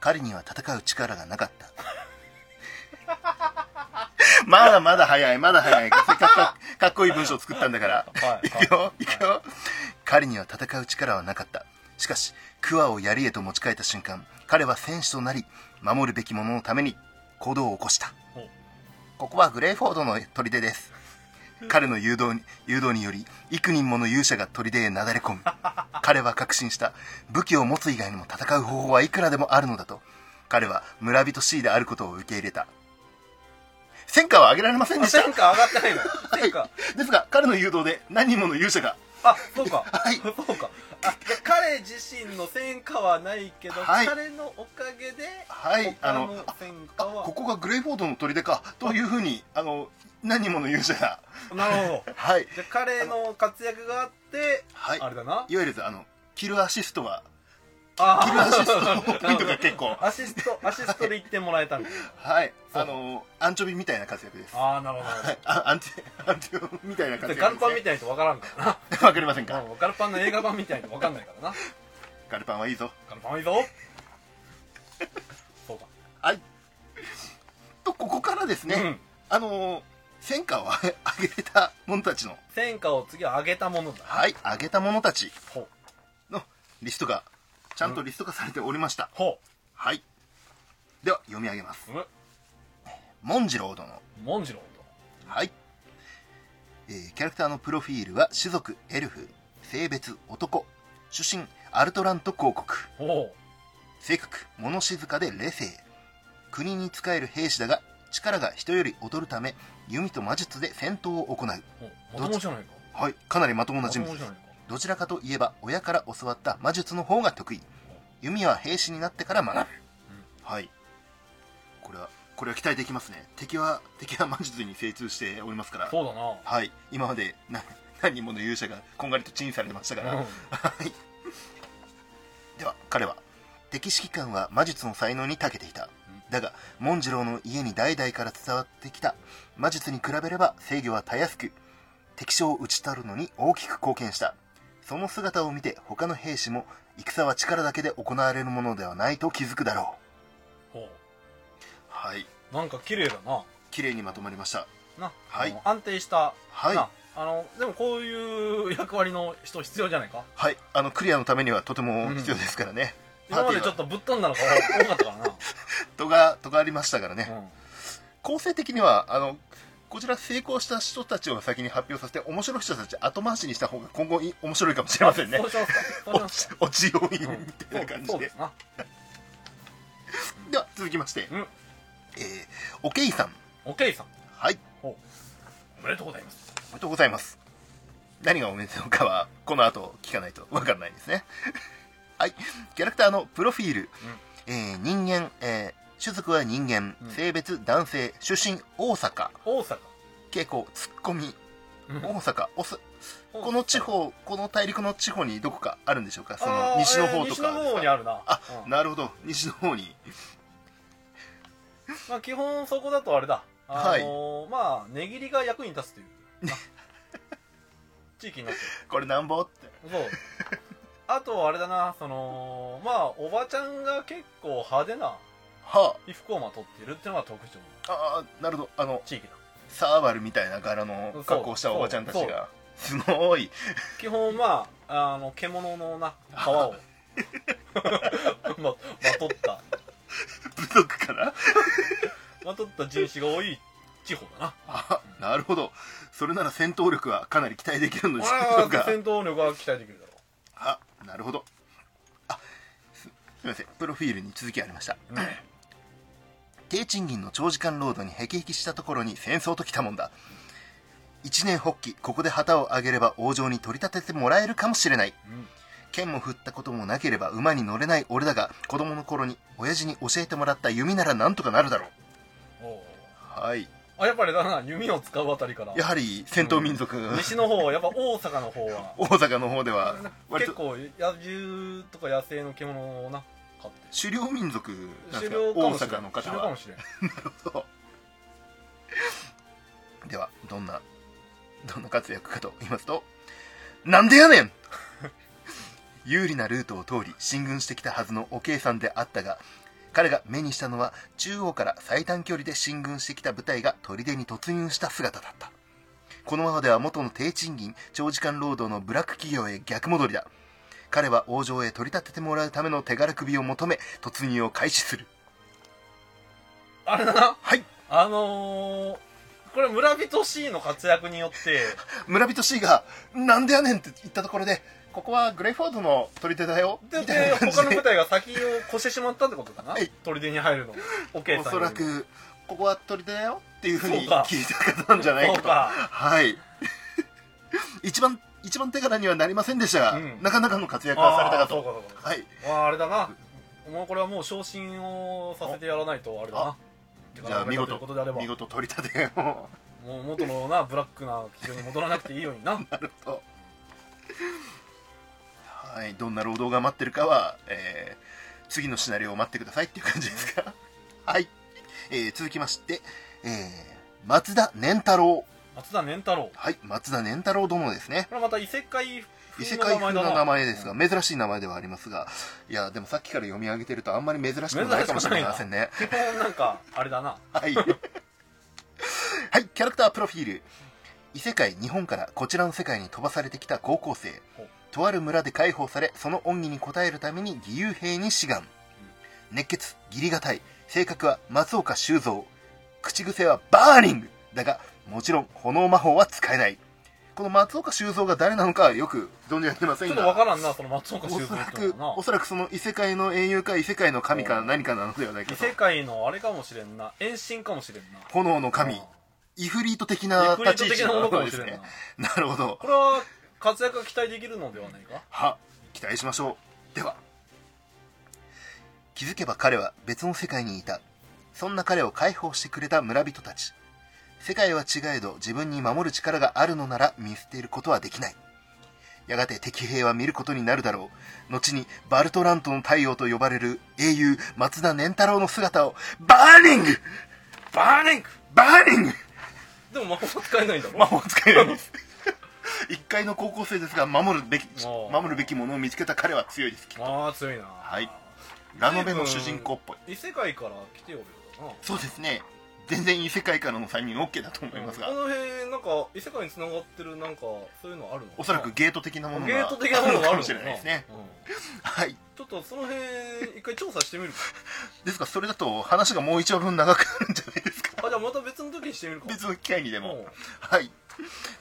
[SPEAKER 2] 彼には戦う力がなかった。 まだまだ早い、まだ早い。かっかかっこいい文章作ったんだから。
[SPEAKER 1] はい
[SPEAKER 2] いくよ、いくよ。彼には戦う力はなかった。しかし、クワを槍へと持ち替えた瞬間、彼は戦士となり、守るべきもののために行動を起こした
[SPEAKER 1] ほう。
[SPEAKER 2] ここはグレイフォードの砦です。彼の誘導に誘導により幾人もの勇者が砦へなだ れ込む彼は確信した武器を持つ以外にも戦う方法はいくらでもあるのだと彼は村人 C であることを受け入れた戦果は上げられませんでした
[SPEAKER 1] 戦果上がってないの戦果
[SPEAKER 2] ですが彼の誘導で何人もの勇者が
[SPEAKER 1] あそうか、
[SPEAKER 2] はい
[SPEAKER 1] そうかあで彼自身の戦果はないけど、
[SPEAKER 2] はい
[SPEAKER 1] 彼のおかげで、
[SPEAKER 2] はい
[SPEAKER 1] 他
[SPEAKER 2] あ
[SPEAKER 1] の
[SPEAKER 2] の
[SPEAKER 1] 戦果
[SPEAKER 2] あ
[SPEAKER 1] は
[SPEAKER 2] ここがグレイフォードの砦かというふうにあの何人もの勇者が
[SPEAKER 1] なるほど
[SPEAKER 2] はい
[SPEAKER 1] じゃあ彼の活躍があって
[SPEAKER 2] はい
[SPEAKER 1] あれだない
[SPEAKER 2] わゆるあのキルアシストはキルア
[SPEAKER 1] あ
[SPEAKER 2] シストの ポイントが結構
[SPEAKER 1] あアシストアシストで言ってもらえ たんだ
[SPEAKER 2] はい
[SPEAKER 1] そう
[SPEAKER 2] あのアンチョビみたいな活躍です
[SPEAKER 1] ああなるほ
[SPEAKER 2] はいあアンチ アンチョビみたいな活
[SPEAKER 1] どで
[SPEAKER 2] 躍
[SPEAKER 1] ガルパンみ
[SPEAKER 2] で
[SPEAKER 1] たいな人分からんから
[SPEAKER 2] すねわかりません
[SPEAKER 1] な
[SPEAKER 2] か
[SPEAKER 1] うんガルパンの映画版みたいな人分かんないからな
[SPEAKER 2] ガルパンはいいぞ
[SPEAKER 1] ガルパンはいいぞそうか
[SPEAKER 2] はいとここからですね、
[SPEAKER 1] うん
[SPEAKER 2] あの戦果を上げれた者たちの
[SPEAKER 1] 戦果を次は上げたものだ
[SPEAKER 2] はい上げた者たち
[SPEAKER 1] ほう
[SPEAKER 2] のリストがちゃんとリスト化されておりました、
[SPEAKER 1] ほ
[SPEAKER 2] はいでは読み上げます
[SPEAKER 1] ううん
[SPEAKER 2] モンジロー殿
[SPEAKER 1] モンジローと
[SPEAKER 2] はい、えーキャラクターのプロフィールは種族エルフ性別男出身アルトラント公国
[SPEAKER 1] ほ
[SPEAKER 2] 性格物静かで冷静国に仕える兵士だが力が人より劣るため弓と魔術で戦闘を行う
[SPEAKER 1] うほうまともじゃないか
[SPEAKER 2] はいかなりまともな
[SPEAKER 1] まと
[SPEAKER 2] 人物
[SPEAKER 1] もじ
[SPEAKER 2] です
[SPEAKER 1] ゃないか
[SPEAKER 2] どちらかといえば親から教わった魔術の方が得意弓は兵士になってから学ぶ、はいこれはこれは期待できますね敵は敵は魔術に精通しておりますから
[SPEAKER 1] そうだな
[SPEAKER 2] はい今まで何何人もの勇者がこんがりとチンされてましたから、
[SPEAKER 1] うん
[SPEAKER 2] はいでは彼は敵指揮官は魔術の才能に長けていただがモンジローの家に代々から伝わってきた魔術に比べれば制御はたやすく敵将を打ち取るのに大きく貢献したその姿を見て他の兵士も戦は力だけで行われるものではないと気づくだろ
[SPEAKER 1] ほ
[SPEAKER 2] うはい
[SPEAKER 1] うんなんか綺麗だな
[SPEAKER 2] 綺麗にまとまりました
[SPEAKER 1] な、
[SPEAKER 2] はい
[SPEAKER 1] あの安定した、
[SPEAKER 2] はい
[SPEAKER 1] なあのでもこういう役割の人必要じゃないか
[SPEAKER 2] はいあのクリアのためにはとても必要ですからね、
[SPEAKER 1] 今
[SPEAKER 2] パー
[SPEAKER 1] ま
[SPEAKER 2] ティ
[SPEAKER 1] で
[SPEAKER 2] ー
[SPEAKER 1] ちょ
[SPEAKER 2] は
[SPEAKER 1] っとぶっ飛んだのが多かったから
[SPEAKER 2] とがとがありましたからね、
[SPEAKER 1] な、うん、
[SPEAKER 2] 構成的にはあのこちら成功した人たちを先に発表させて面白い人たち後回しにした方が今後い面白いかもしれませんね
[SPEAKER 1] そうしますかそうしま
[SPEAKER 2] 落
[SPEAKER 1] す
[SPEAKER 2] ち
[SPEAKER 1] か
[SPEAKER 2] 落ち要因み
[SPEAKER 1] うん
[SPEAKER 2] たいな
[SPEAKER 1] そ
[SPEAKER 2] 感じ
[SPEAKER 1] うで
[SPEAKER 2] です
[SPEAKER 1] な
[SPEAKER 2] では続きまして、
[SPEAKER 1] うん
[SPEAKER 2] えーおけいさん
[SPEAKER 1] おけいさん
[SPEAKER 2] はい
[SPEAKER 1] おめでとうございます
[SPEAKER 2] おめでとうございます何がおめでとうかはこの後聞かないと分かんないですねはいキャラクターのプロフィール、えー人間、えー種族は人間、
[SPEAKER 1] うん
[SPEAKER 2] 性別男性出身大阪
[SPEAKER 1] 大阪
[SPEAKER 2] 傾向ツッコミ大阪オス
[SPEAKER 1] うん
[SPEAKER 2] この地方この大陸の地方にどこかあるんでしょうかそ
[SPEAKER 1] あ
[SPEAKER 2] の
[SPEAKER 1] ー
[SPEAKER 2] 西の方とかですか
[SPEAKER 1] えー西の方にあるな
[SPEAKER 2] あ
[SPEAKER 1] うん
[SPEAKER 2] なるほど西の方に
[SPEAKER 1] まあ、基本そこだとあれだあのーまあ値切りが役に立つ というな地域になって
[SPEAKER 2] これなんぼって
[SPEAKER 1] る そうあとあれだなそのまあおばちゃんが結構派手な
[SPEAKER 2] は
[SPEAKER 1] 衣服をまとっているっていうのが特徴の
[SPEAKER 2] ああーなるほどあの
[SPEAKER 1] 地域だ
[SPEAKER 2] サーバルみたいな柄の格好をしたおばちゃんたちがすごい
[SPEAKER 1] 基本まああの獣のな皮 をままとった
[SPEAKER 2] 部族から
[SPEAKER 1] まとった人種が多い地方だな
[SPEAKER 2] あなるほどそれなら戦闘力はかなり期待できるのでし
[SPEAKER 1] あ
[SPEAKER 2] ょう
[SPEAKER 1] あ
[SPEAKER 2] か
[SPEAKER 1] 戦闘力が期待できるだろ
[SPEAKER 2] あなるほどあすすいませんプロフィールに続きありました、
[SPEAKER 1] うん、
[SPEAKER 2] 低賃金の長時間労働にへきへきしたところに戦争ときたもんだ一年発起ここで旗を上げれば王城に取り立ててもらえるかもしれないう
[SPEAKER 1] うん、
[SPEAKER 2] 剣も振ったこともなければ馬に乗れない俺だが子供の頃に親父に教えてもらった弓ならなんとかなるだろう
[SPEAKER 1] おう
[SPEAKER 2] はい
[SPEAKER 1] あやっぱりだな弓を使うあたりから
[SPEAKER 2] やはり戦闘民族、
[SPEAKER 1] 西の方やっぱ大阪の方は
[SPEAKER 2] 大阪の方では 割
[SPEAKER 1] 結
[SPEAKER 2] と
[SPEAKER 1] 構野獣とか野生の獣をな飼って
[SPEAKER 2] 狩猟民族なんです
[SPEAKER 1] 狩
[SPEAKER 2] か
[SPEAKER 1] 猟か
[SPEAKER 2] 大
[SPEAKER 1] もしれん
[SPEAKER 2] 阪の方
[SPEAKER 1] 狩猟か
[SPEAKER 2] は
[SPEAKER 1] もしれん
[SPEAKER 2] ではどんなどんな活躍かと言いますとなんでやねん 有利なルートを通り進軍してきたはずのおけいさんであったが彼が目にしたのは中央から最短距離で進軍してきた部隊が砦に突入した姿だったこのままでは元の低賃金長時間労働のブラック企業へ逆戻りだ彼は王城へ取り立ててもらうための手柄首を求め突入を開始する
[SPEAKER 1] あれだな
[SPEAKER 2] はい
[SPEAKER 1] あのー、これ村人 C の活躍によって
[SPEAKER 2] 村人 C が「なんでやねん」って言ったところで「ここはグレイフォードの砦だよ」
[SPEAKER 1] で
[SPEAKER 2] みたいな感じ
[SPEAKER 1] 他の
[SPEAKER 2] で
[SPEAKER 1] 部隊が先を越してしまったってことかな
[SPEAKER 2] はい
[SPEAKER 1] 砦に入るの OK
[SPEAKER 2] お
[SPEAKER 1] さんより
[SPEAKER 2] そ
[SPEAKER 1] も
[SPEAKER 2] らく「ここは砦だよ」っていうふう
[SPEAKER 1] そう
[SPEAKER 2] に
[SPEAKER 1] か
[SPEAKER 2] 聞いた方なんじゃない
[SPEAKER 1] そ
[SPEAKER 2] か
[SPEAKER 1] う
[SPEAKER 2] と
[SPEAKER 1] か
[SPEAKER 2] はい 一番一番手柄にはなりませんでしたが、
[SPEAKER 1] うん
[SPEAKER 2] なかなかの活躍
[SPEAKER 1] あ
[SPEAKER 2] がされたか
[SPEAKER 1] ーそう
[SPEAKER 2] と
[SPEAKER 1] かそうか
[SPEAKER 2] はい
[SPEAKER 1] ああれだなもうこれはもう昇進をさせてやらないとあれだな
[SPEAKER 2] じゃあ見
[SPEAKER 1] という
[SPEAKER 2] 事
[SPEAKER 1] ことであれば
[SPEAKER 2] 見事砦でも
[SPEAKER 1] もう元のなブラックな基準に戻らなくていいように な
[SPEAKER 2] なるほど はいどんな労働が待ってるかは、えー次のシナリオを待ってくださいっていう感じですかはい、えー続きまして、えー松田年太郎
[SPEAKER 1] 松田年太郎こ
[SPEAKER 2] はい松田年太郎殿ですね
[SPEAKER 1] れはまた異世界
[SPEAKER 2] 異
[SPEAKER 1] 風
[SPEAKER 2] 世
[SPEAKER 1] の
[SPEAKER 2] 界
[SPEAKER 1] 名前
[SPEAKER 2] 風
[SPEAKER 1] だな
[SPEAKER 2] の名前ですが、
[SPEAKER 1] うん
[SPEAKER 2] 珍しい名前ではありますがいやでもさっきから読み上げてるとあんまり珍しくないかもしれませんね
[SPEAKER 1] 基本なんかあれだな
[SPEAKER 2] はいはいキャラクタープロフィール異世界日本からこちらの世界に飛ばされてきた高校生
[SPEAKER 1] ほう
[SPEAKER 2] とある村で解放されその恩義に応えるために義勇兵に志願熱血義理堅い性格は松岡修造口癖はバーニングだがもちろん炎魔法は使えないこの松岡修造が誰なのかはよく存じ上げませ
[SPEAKER 1] ち
[SPEAKER 2] ん
[SPEAKER 1] ょっ
[SPEAKER 2] が
[SPEAKER 1] とわからんなその松岡
[SPEAKER 2] お
[SPEAKER 1] 修
[SPEAKER 2] そ
[SPEAKER 1] 造
[SPEAKER 2] ら
[SPEAKER 1] って
[SPEAKER 2] く
[SPEAKER 1] のは
[SPEAKER 2] お
[SPEAKER 1] な
[SPEAKER 2] そらくその異世界の英雄か異世界の神か何かなのではないか
[SPEAKER 1] 異
[SPEAKER 2] と
[SPEAKER 1] 世界のあれかもしれんな遠心かもしれんな
[SPEAKER 2] 炎の神
[SPEAKER 1] うん
[SPEAKER 2] イフリート的
[SPEAKER 1] リ
[SPEAKER 2] な
[SPEAKER 1] クリー
[SPEAKER 2] 立
[SPEAKER 1] ト
[SPEAKER 2] ち位置
[SPEAKER 1] 的なものかもし
[SPEAKER 2] です
[SPEAKER 1] れんな、
[SPEAKER 2] ねなるほど
[SPEAKER 1] これは活躍が期待できるのではないか
[SPEAKER 2] は期待しましょうでは気づけば彼は別の世界にいたそんな彼を解放してくれた村人たち世界は違えど自分に守る力があるのなら見捨てることはできないやがて敵兵は見ることになるだろう後にバルトラントの太陽と呼ばれる英雄松田年太郎の姿をバーニング
[SPEAKER 1] バーレンク
[SPEAKER 2] バーニング
[SPEAKER 1] でも魔法使えないんだろ
[SPEAKER 2] 魔法使いなんです 一回の高校生ですが守るべき
[SPEAKER 1] おう
[SPEAKER 2] 守るべきものを見つけた彼は強いです
[SPEAKER 1] ああ強いな
[SPEAKER 2] はいラノベの主人公っぽい
[SPEAKER 1] 異世界から来ておるようだな
[SPEAKER 2] そうですね全然異世界からの3人 OK だと思いますが、
[SPEAKER 1] この辺なんか異世界に繋がってるなんかそういうのあるの
[SPEAKER 2] おそらくゲート的なものが
[SPEAKER 1] ゲート的なものがあるの
[SPEAKER 2] かもしれないですね、
[SPEAKER 1] うん
[SPEAKER 2] はい
[SPEAKER 1] ちょっとその辺一回調査して みるか
[SPEAKER 2] ですからそれだと話がもう一話分長くなるんじゃないですか
[SPEAKER 1] あじゃあまた別の時にしてみるか
[SPEAKER 2] 別の機会にで
[SPEAKER 1] うん
[SPEAKER 2] も、はい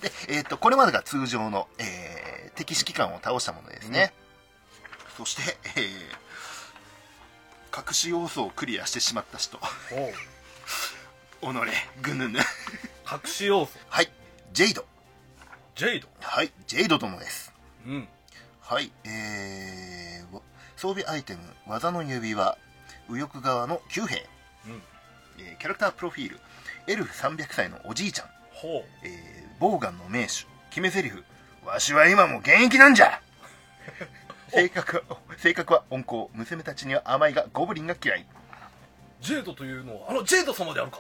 [SPEAKER 2] で、えー、とこれまでが通常の、えー敵指揮官を倒したものですね、そして、えー隠し要素をクリアしてしまった人
[SPEAKER 1] おう
[SPEAKER 2] 己ぐぬぬ
[SPEAKER 1] 隠し要素
[SPEAKER 2] はいジェイド
[SPEAKER 1] ジェイド
[SPEAKER 2] はいジェイド殿です
[SPEAKER 1] うん
[SPEAKER 2] はい、えー、わ装備アイテム、技の指輪、右翼側の9兵、
[SPEAKER 1] うん
[SPEAKER 2] えーキャラクタープロフィール、エルフ300歳のおじいちゃん、
[SPEAKER 1] ほ
[SPEAKER 2] えー、ボウガンの名手、決め台詞、わしは今も現役なんじゃ 性格は、性格は温厚、娘たちには甘いが、ゴブリンが嫌い。ん
[SPEAKER 1] うジェイドというのはあのジェイド様であるか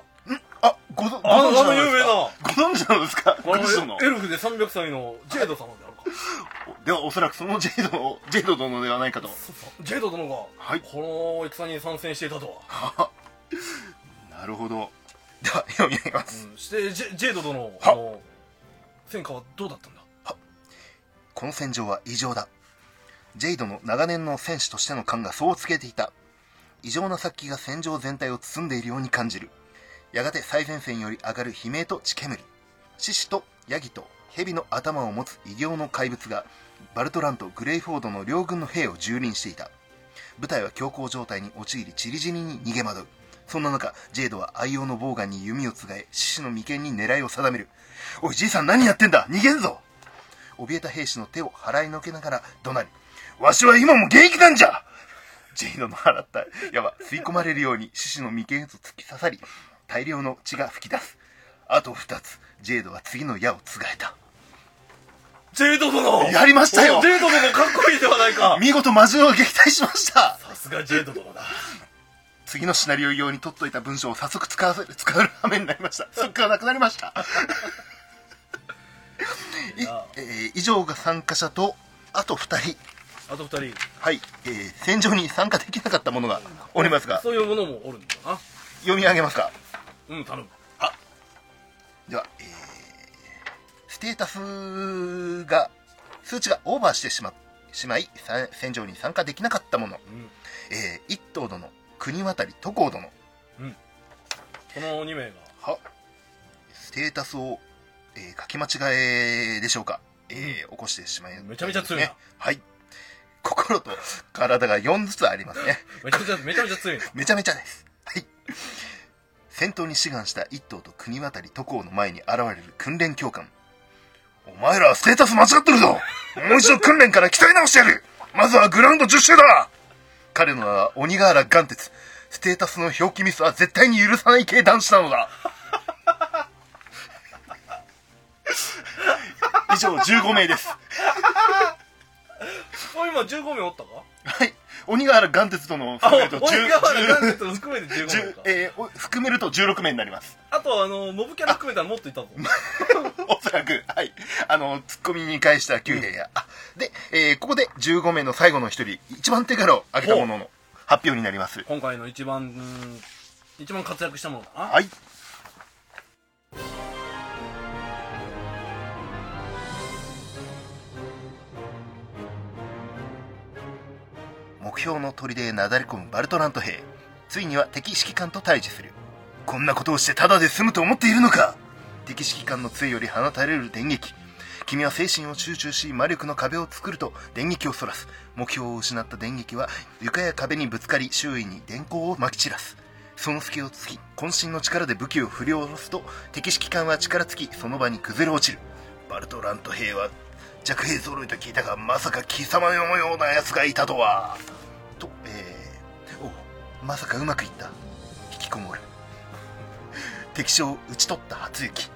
[SPEAKER 2] あ、ごぞ、ご
[SPEAKER 1] あの
[SPEAKER 2] 存知な
[SPEAKER 1] あの
[SPEAKER 2] の
[SPEAKER 1] 有名な
[SPEAKER 2] ですかご存知なのですかご
[SPEAKER 1] あ
[SPEAKER 2] 存知なの
[SPEAKER 1] のエルフで300歳のジェイド様であるか
[SPEAKER 2] では、おそらくそのジェイドを、ジェイド殿ではないかと。
[SPEAKER 1] ジェイド殿が
[SPEAKER 2] はい
[SPEAKER 1] この戦に参戦していたとは
[SPEAKER 2] なるほど。では、読み上げます。
[SPEAKER 1] うんしてジェジェイド殿の
[SPEAKER 2] は
[SPEAKER 1] あの戦果はどうだったんだ
[SPEAKER 2] この戦場は異常だジェイドの長年の戦士としての勘がそうつけていた異常な殺気が戦場全体を包んでいるように感じるやがて最前線より上がる悲鳴と血煙獅子とヤギと蛇の頭を持つ異形の怪物がバルトランとグレイフォードの両軍の兵を蹂躙していた部隊は強行状態に陥り散り散りに逃げ惑うそんな中ジェイドは愛用のボウガンに弓をつがえ獅子の眉間に狙いを定めるおいじいさん何やってんだ逃げんぞ怯えた兵士の手を払いのけながら怒鳴り、わしは今も現役なんじゃジェイドの払った矢は吸い込まれるように獅子の眉間へと突き刺さり、大量の血が噴き出す。あと二つ、ジェイドは次の矢をつがえた。
[SPEAKER 1] ジェイド殿
[SPEAKER 2] やりましたよ
[SPEAKER 1] おジェイド殿かっこいいではないか
[SPEAKER 2] 見事魔獣を撃退しました
[SPEAKER 1] さすがジェイド殿だ
[SPEAKER 2] 次のシナリオ用に取っといた文章を早速使わせる、使う羽目になりました。そっからなくなりました。いえー以上が参加者と、あと二人。
[SPEAKER 1] あと二人
[SPEAKER 2] はい、えー戦場に参加できなかった者がおりますが、
[SPEAKER 1] そういうものもおるんだな
[SPEAKER 2] 読み上げますか。
[SPEAKER 1] うん頼む
[SPEAKER 2] では、えーステータスが、数値がオーバーしてしましまい、さ戦場に参加できなかった者、
[SPEAKER 1] うん
[SPEAKER 2] えー一頭殿、国渡り渡航殿、
[SPEAKER 1] この2名が
[SPEAKER 2] は、ステータスを、えー書き間違えでしょうか、えー起こしてしまい、
[SPEAKER 1] めちゃめちゃ強いな
[SPEAKER 2] ねはい心と体が4ずつありますね
[SPEAKER 1] めちゃめちゃめちゃめちゃ強いな
[SPEAKER 2] めちゃめちゃです。はい。戦闘に志願した一頭と国渡り渡航の前に現れる訓練教官。お前らはステータス間違ってるぞもう一度訓練から鍛え直してやるまずはグラウンド10周だ彼の名は鬼ヶ原貫徹。ステータスの表記ミスは絶対に許さない系男子なのだ以上15名です。
[SPEAKER 1] お今15秒おったか
[SPEAKER 2] はい。鬼ヶ原貫徹との含めると
[SPEAKER 1] お 俺
[SPEAKER 2] 10
[SPEAKER 1] がガン
[SPEAKER 2] 10
[SPEAKER 1] セット含めて15秒
[SPEAKER 2] 10
[SPEAKER 1] か
[SPEAKER 2] えーお含めると16名になります。
[SPEAKER 1] あとあのモブキャラ含めたらもっといたぞ
[SPEAKER 2] おそらく、はい。あの、ツッコミに返した9名や。あで、えーここで15名の最後の1人、一番手からを挙げたものの発表になります。
[SPEAKER 1] 今回の一番うん一番活躍したものだな
[SPEAKER 2] はい。目標の砦へなだれ込むバルトラント兵。ついには敵指揮官と対峙する。こんなことをしてただで済むと思っているのか敵指揮官の杖より放たれる電撃。君は精神を集中し魔力の壁を作ると電撃をそらす目標を失った電撃は床や壁にぶつかり周囲に電光をまき散らすその隙を突き渾身の力で武器を振り下ろすと敵指揮官は力尽きその場に崩れ落ちるバルトラント兵は弱兵揃いと聞いたがまさか貴様のような奴がいたとはとえー、おまさかうまくいった引きこもる敵将を討ち取った初雪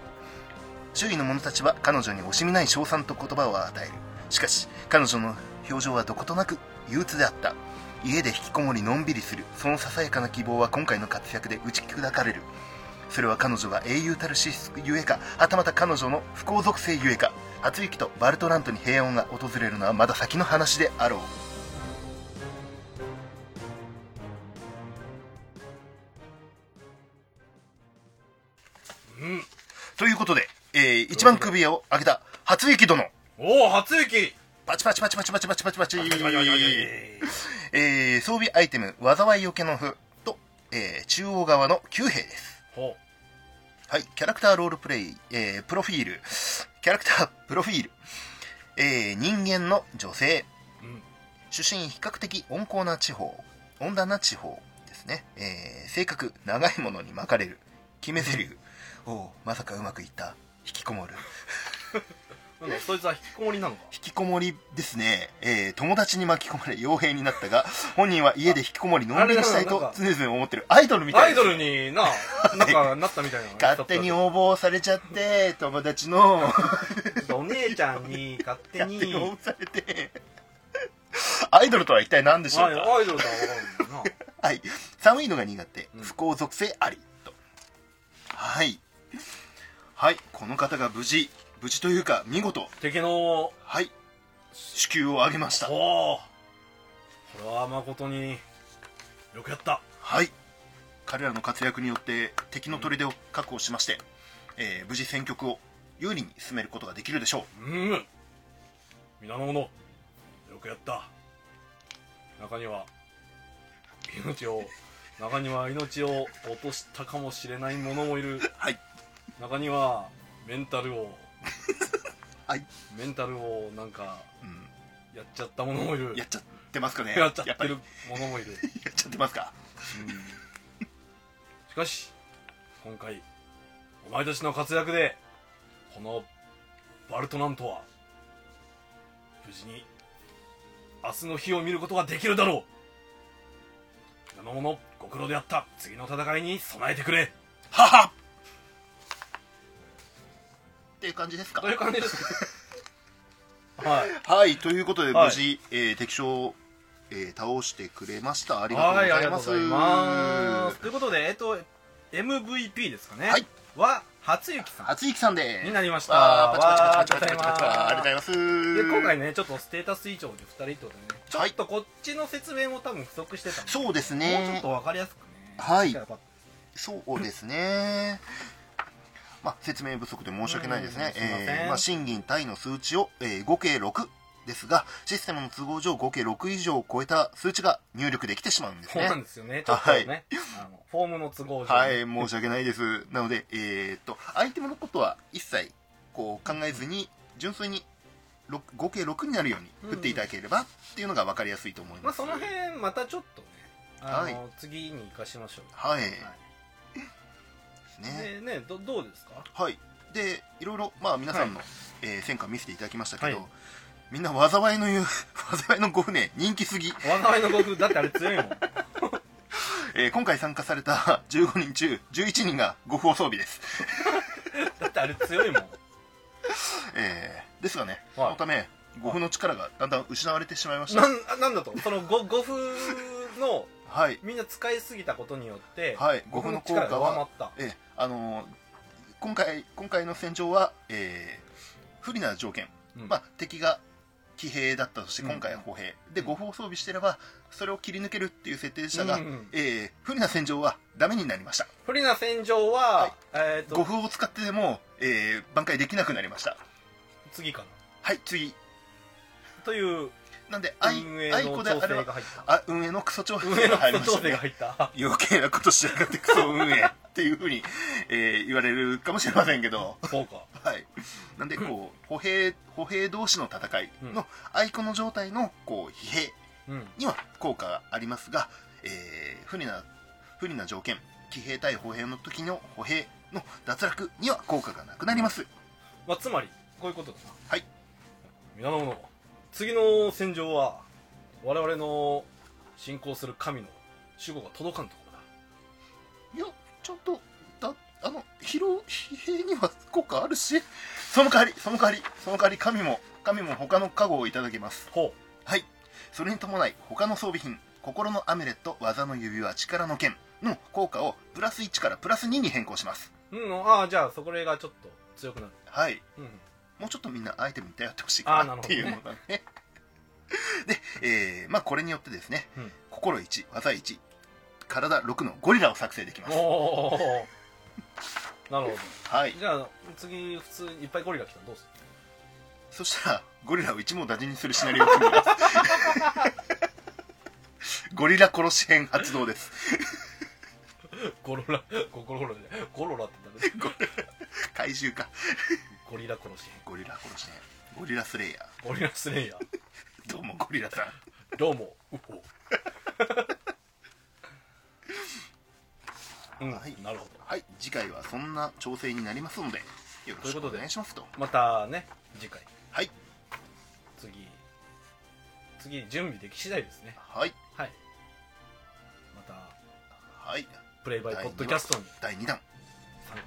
[SPEAKER 2] 周囲の者たちは彼女に惜しみない称賛と言葉を与えるしかし彼女の表情はどことなく憂鬱であった家で引きこもりのんびりするそのささやかな希望は今回の活躍で打ち砕かれるそれは彼女が英雄たる資質ゆえかはたまた彼女の不幸属性ゆえか初雪とバルトラントに平穏が訪れるのはまだ先の話であろう
[SPEAKER 1] うん
[SPEAKER 2] ということで、えー一番首を上げた初雪殿
[SPEAKER 1] おお初雪
[SPEAKER 2] パチパチパチパチパチパチパチパチ
[SPEAKER 1] チパチパチパチ
[SPEAKER 2] えー装備アイテム災いよけの符と、えー中央側の9兵です
[SPEAKER 1] ほ
[SPEAKER 2] はい、キャラクターロールプレイ、えー、プロフィール、キャラクタープロフィール、えー、人間の女性、
[SPEAKER 1] うん
[SPEAKER 2] 出身比較的温厚な地方、温暖な地方ですね、えー、性格、長いものに巻かれる、決め台詞、おおう、まさかうまくいった、引きこもる、
[SPEAKER 1] うなんだそいつは引きこもりなのか
[SPEAKER 2] 引きこもりですね、えー、友達に巻き込まれ傭兵になったが、本人は家で引きこもりのんびりしたいと
[SPEAKER 1] あ
[SPEAKER 2] 常々思ってる、アイドルみた
[SPEAKER 1] ア
[SPEAKER 2] い
[SPEAKER 1] イ
[SPEAKER 2] です
[SPEAKER 1] ドルに ななんかなったみたいな
[SPEAKER 2] 勝手に
[SPEAKER 1] ちょ
[SPEAKER 2] 応募されちゃって、友達の。
[SPEAKER 1] っとお姉ちゃんに勝手
[SPEAKER 2] 勝手
[SPEAKER 1] に
[SPEAKER 2] に応募されてアイドルとは一体何でしょ
[SPEAKER 1] ア
[SPEAKER 2] う
[SPEAKER 1] イ
[SPEAKER 2] か
[SPEAKER 1] アイドルとは分かんない
[SPEAKER 2] はい寒いのが苦手
[SPEAKER 1] うん
[SPEAKER 2] 不幸属性ありとはいはいこの方が無事無事というか見事
[SPEAKER 1] な敵の
[SPEAKER 2] はい子宮を上げました
[SPEAKER 1] おおこれは誠によくやった
[SPEAKER 2] はい彼らの活躍によって敵の砦を確保しまして、えー無事戦局を有利に進めることができるでしょう
[SPEAKER 1] うん皆の者よくやった中には命を中には命を落としたかもしれない者もいる
[SPEAKER 2] はい
[SPEAKER 1] 中にはメンタルを
[SPEAKER 2] はい、
[SPEAKER 1] メンタルをなんか
[SPEAKER 2] う
[SPEAKER 1] やっちゃった者もいる
[SPEAKER 2] ん、やっちゃってますかね
[SPEAKER 1] やっちゃ
[SPEAKER 2] や
[SPEAKER 1] っ
[SPEAKER 2] ぱ
[SPEAKER 1] て
[SPEAKER 2] り
[SPEAKER 1] る者もいる
[SPEAKER 2] やっちゃってますか
[SPEAKER 1] しかし今回お前たちの活躍でこのバルトナントは無事に明日の日を見ることができるだろう皆の者ご苦労であった次の戦いに備えてくれ
[SPEAKER 2] ははっていう感じですか
[SPEAKER 1] という感じです はい
[SPEAKER 2] はい、ということで
[SPEAKER 1] はい
[SPEAKER 2] 無事、えー敵将を、えー倒してくれました。ありがとうご
[SPEAKER 1] はい、あ
[SPEAKER 2] ざ
[SPEAKER 1] り
[SPEAKER 2] い
[SPEAKER 1] がと
[SPEAKER 2] ま
[SPEAKER 1] う
[SPEAKER 2] す。
[SPEAKER 1] ございます。ということで、えっと、MVP ですかね。
[SPEAKER 2] はい。
[SPEAKER 1] は、初雪さん。
[SPEAKER 2] 厚木さんで
[SPEAKER 1] になりました
[SPEAKER 2] わーパチパチパチパチパチパチパチ
[SPEAKER 1] わー
[SPEAKER 2] ありがとうございます。
[SPEAKER 1] で、今回ね、ちょっとステータス以上で2人とでね、ちょ
[SPEAKER 2] はい
[SPEAKER 1] っとこっちの説明も多分不足してたんで、
[SPEAKER 2] そうです
[SPEAKER 1] もうちょっ
[SPEAKER 2] ね
[SPEAKER 1] と。わかりやすくね。
[SPEAKER 2] はい
[SPEAKER 1] したらよかっ
[SPEAKER 2] そうですね。まあ、説明不足で申し訳ないですね。
[SPEAKER 1] うんすいません
[SPEAKER 2] えーまあ、賃金対の数値を、えー合計6、ですがシステムの都合上合計6以上を超えた数値が入力できてしまうんです
[SPEAKER 1] そう
[SPEAKER 2] ね
[SPEAKER 1] なんですよね。ちょっとね、あのフォームの都合上、
[SPEAKER 2] はい、申し訳ないです。なので、えーっと、アイテムのことは一切こう考えずに、純粋にろく合計6になるよう
[SPEAKER 1] うん
[SPEAKER 2] に振っていただければっていうのが分かりやすいと思い
[SPEAKER 1] ま
[SPEAKER 2] ま
[SPEAKER 1] あ
[SPEAKER 2] す。
[SPEAKER 1] その辺またちょっとね、あの、
[SPEAKER 2] はい
[SPEAKER 1] 次に生かしましょう。
[SPEAKER 2] はい
[SPEAKER 1] い
[SPEAKER 2] ね。
[SPEAKER 1] でねどどうですか？
[SPEAKER 2] はい。で、いろいろ、まあ皆さんの、えー戦果見せていただきましたけど、
[SPEAKER 1] はい
[SPEAKER 2] みんな災いの言う、 災いのご船、人気すぎ。
[SPEAKER 1] 災いのご夫だってあれ強いもん。
[SPEAKER 2] えー今回参加された15人 中11人がご不法装備です。
[SPEAKER 1] だってあれ強 いもん。
[SPEAKER 2] えーですがね、そ
[SPEAKER 1] はい
[SPEAKER 2] のため、ご不の力がだんだん失われてしまいました。
[SPEAKER 1] なんあなんだとそのごご夫の
[SPEAKER 2] はい。
[SPEAKER 1] みんな使いすぎたことによって、
[SPEAKER 2] はい、
[SPEAKER 1] ご
[SPEAKER 2] 五
[SPEAKER 1] 夫の
[SPEAKER 2] 分の効
[SPEAKER 1] 力
[SPEAKER 2] 果
[SPEAKER 1] が上回
[SPEAKER 2] は
[SPEAKER 1] っ、た。
[SPEAKER 2] ええあのー今回今回の戦場は、えー不利な条件、
[SPEAKER 1] うん
[SPEAKER 2] まあ、敵が騎兵だったとして
[SPEAKER 1] うん
[SPEAKER 2] 今回は歩兵、で誤砲装備してればそれを切り抜けるっていう設定でしたが、
[SPEAKER 1] うんうん
[SPEAKER 2] えー不利な戦場はダメになりました
[SPEAKER 1] 不利な戦場は、えっ、と
[SPEAKER 2] 誤砲を使ってでも、えー挽回できなくなりました
[SPEAKER 1] 次かな
[SPEAKER 2] はい次
[SPEAKER 1] という
[SPEAKER 2] なんであい
[SPEAKER 1] 運営
[SPEAKER 2] あい
[SPEAKER 1] の調
[SPEAKER 2] こであれ
[SPEAKER 1] 整
[SPEAKER 2] ば
[SPEAKER 1] が入った。
[SPEAKER 2] あ運営のクソ調整
[SPEAKER 1] 運営の
[SPEAKER 2] が入りまし
[SPEAKER 1] 調
[SPEAKER 2] た
[SPEAKER 1] 整が
[SPEAKER 2] ね
[SPEAKER 1] 入った。
[SPEAKER 2] 余計なことしやがってクソ運営っていうふうに、えー言われるかもしれませんけど
[SPEAKER 1] そうか。
[SPEAKER 2] はい、なんでこ う歩兵歩兵同士の戦い
[SPEAKER 1] うん
[SPEAKER 2] のアイコンの状態のこう疲弊
[SPEAKER 1] うん。
[SPEAKER 2] には効果がありますが、えー不利な不利な条件騎兵対歩兵の時の歩兵の脱落には効果がなくなります
[SPEAKER 1] まあ、つまりこういうことだな
[SPEAKER 2] はい
[SPEAKER 1] 皆の者次の戦場は我々の信仰する神の守護が届かんところだ
[SPEAKER 2] いやちょっとだあの疲労疲弊には効果あるしその代わりその代わりその代わり神も神も他の加護をいただけます
[SPEAKER 1] ほ
[SPEAKER 2] はいそれに伴い他の装備品心のアミュレット技の指輪力の剣の効果をプラス1からプラス2に変更します
[SPEAKER 1] ううんああじゃあそこらがちょっと強くなる
[SPEAKER 2] はい
[SPEAKER 1] うん
[SPEAKER 2] もうちょっとみんなアイテムに頼ってほしいか
[SPEAKER 1] あーな
[SPEAKER 2] な
[SPEAKER 1] る
[SPEAKER 2] っ
[SPEAKER 1] ほ
[SPEAKER 2] て
[SPEAKER 1] どね
[SPEAKER 2] いうのがね で、えーまあ、これによってですね、
[SPEAKER 1] うん
[SPEAKER 2] 心1技1体6のゴリラを作成できます
[SPEAKER 1] おおなるほど
[SPEAKER 2] はい
[SPEAKER 1] じゃあ次普通にいっぱいゴリラ来たらどうする
[SPEAKER 2] そしたらゴリラを一網打尽にするシナリオを組みます ゴリラ殺し編発動です
[SPEAKER 1] ゴロラゴゴロラじゃないゴロラって誰
[SPEAKER 2] 怪獣か
[SPEAKER 1] ゴリラ殺し
[SPEAKER 2] ゴリラ殺し編ゴリラスレイヤ
[SPEAKER 1] ゴリラスレイヤー
[SPEAKER 2] ーどうもゴリラさん
[SPEAKER 1] どうもウホうん、
[SPEAKER 2] はい
[SPEAKER 1] なるほど
[SPEAKER 2] はい、次回はそんな調整になりますので、よろしくお願いしますと。
[SPEAKER 1] またね次回
[SPEAKER 2] はい、
[SPEAKER 1] 次次準備でき次第ですね
[SPEAKER 2] はい、
[SPEAKER 1] はいまた
[SPEAKER 2] はい、
[SPEAKER 1] プレイバイポッドキャストに
[SPEAKER 2] 第2弾、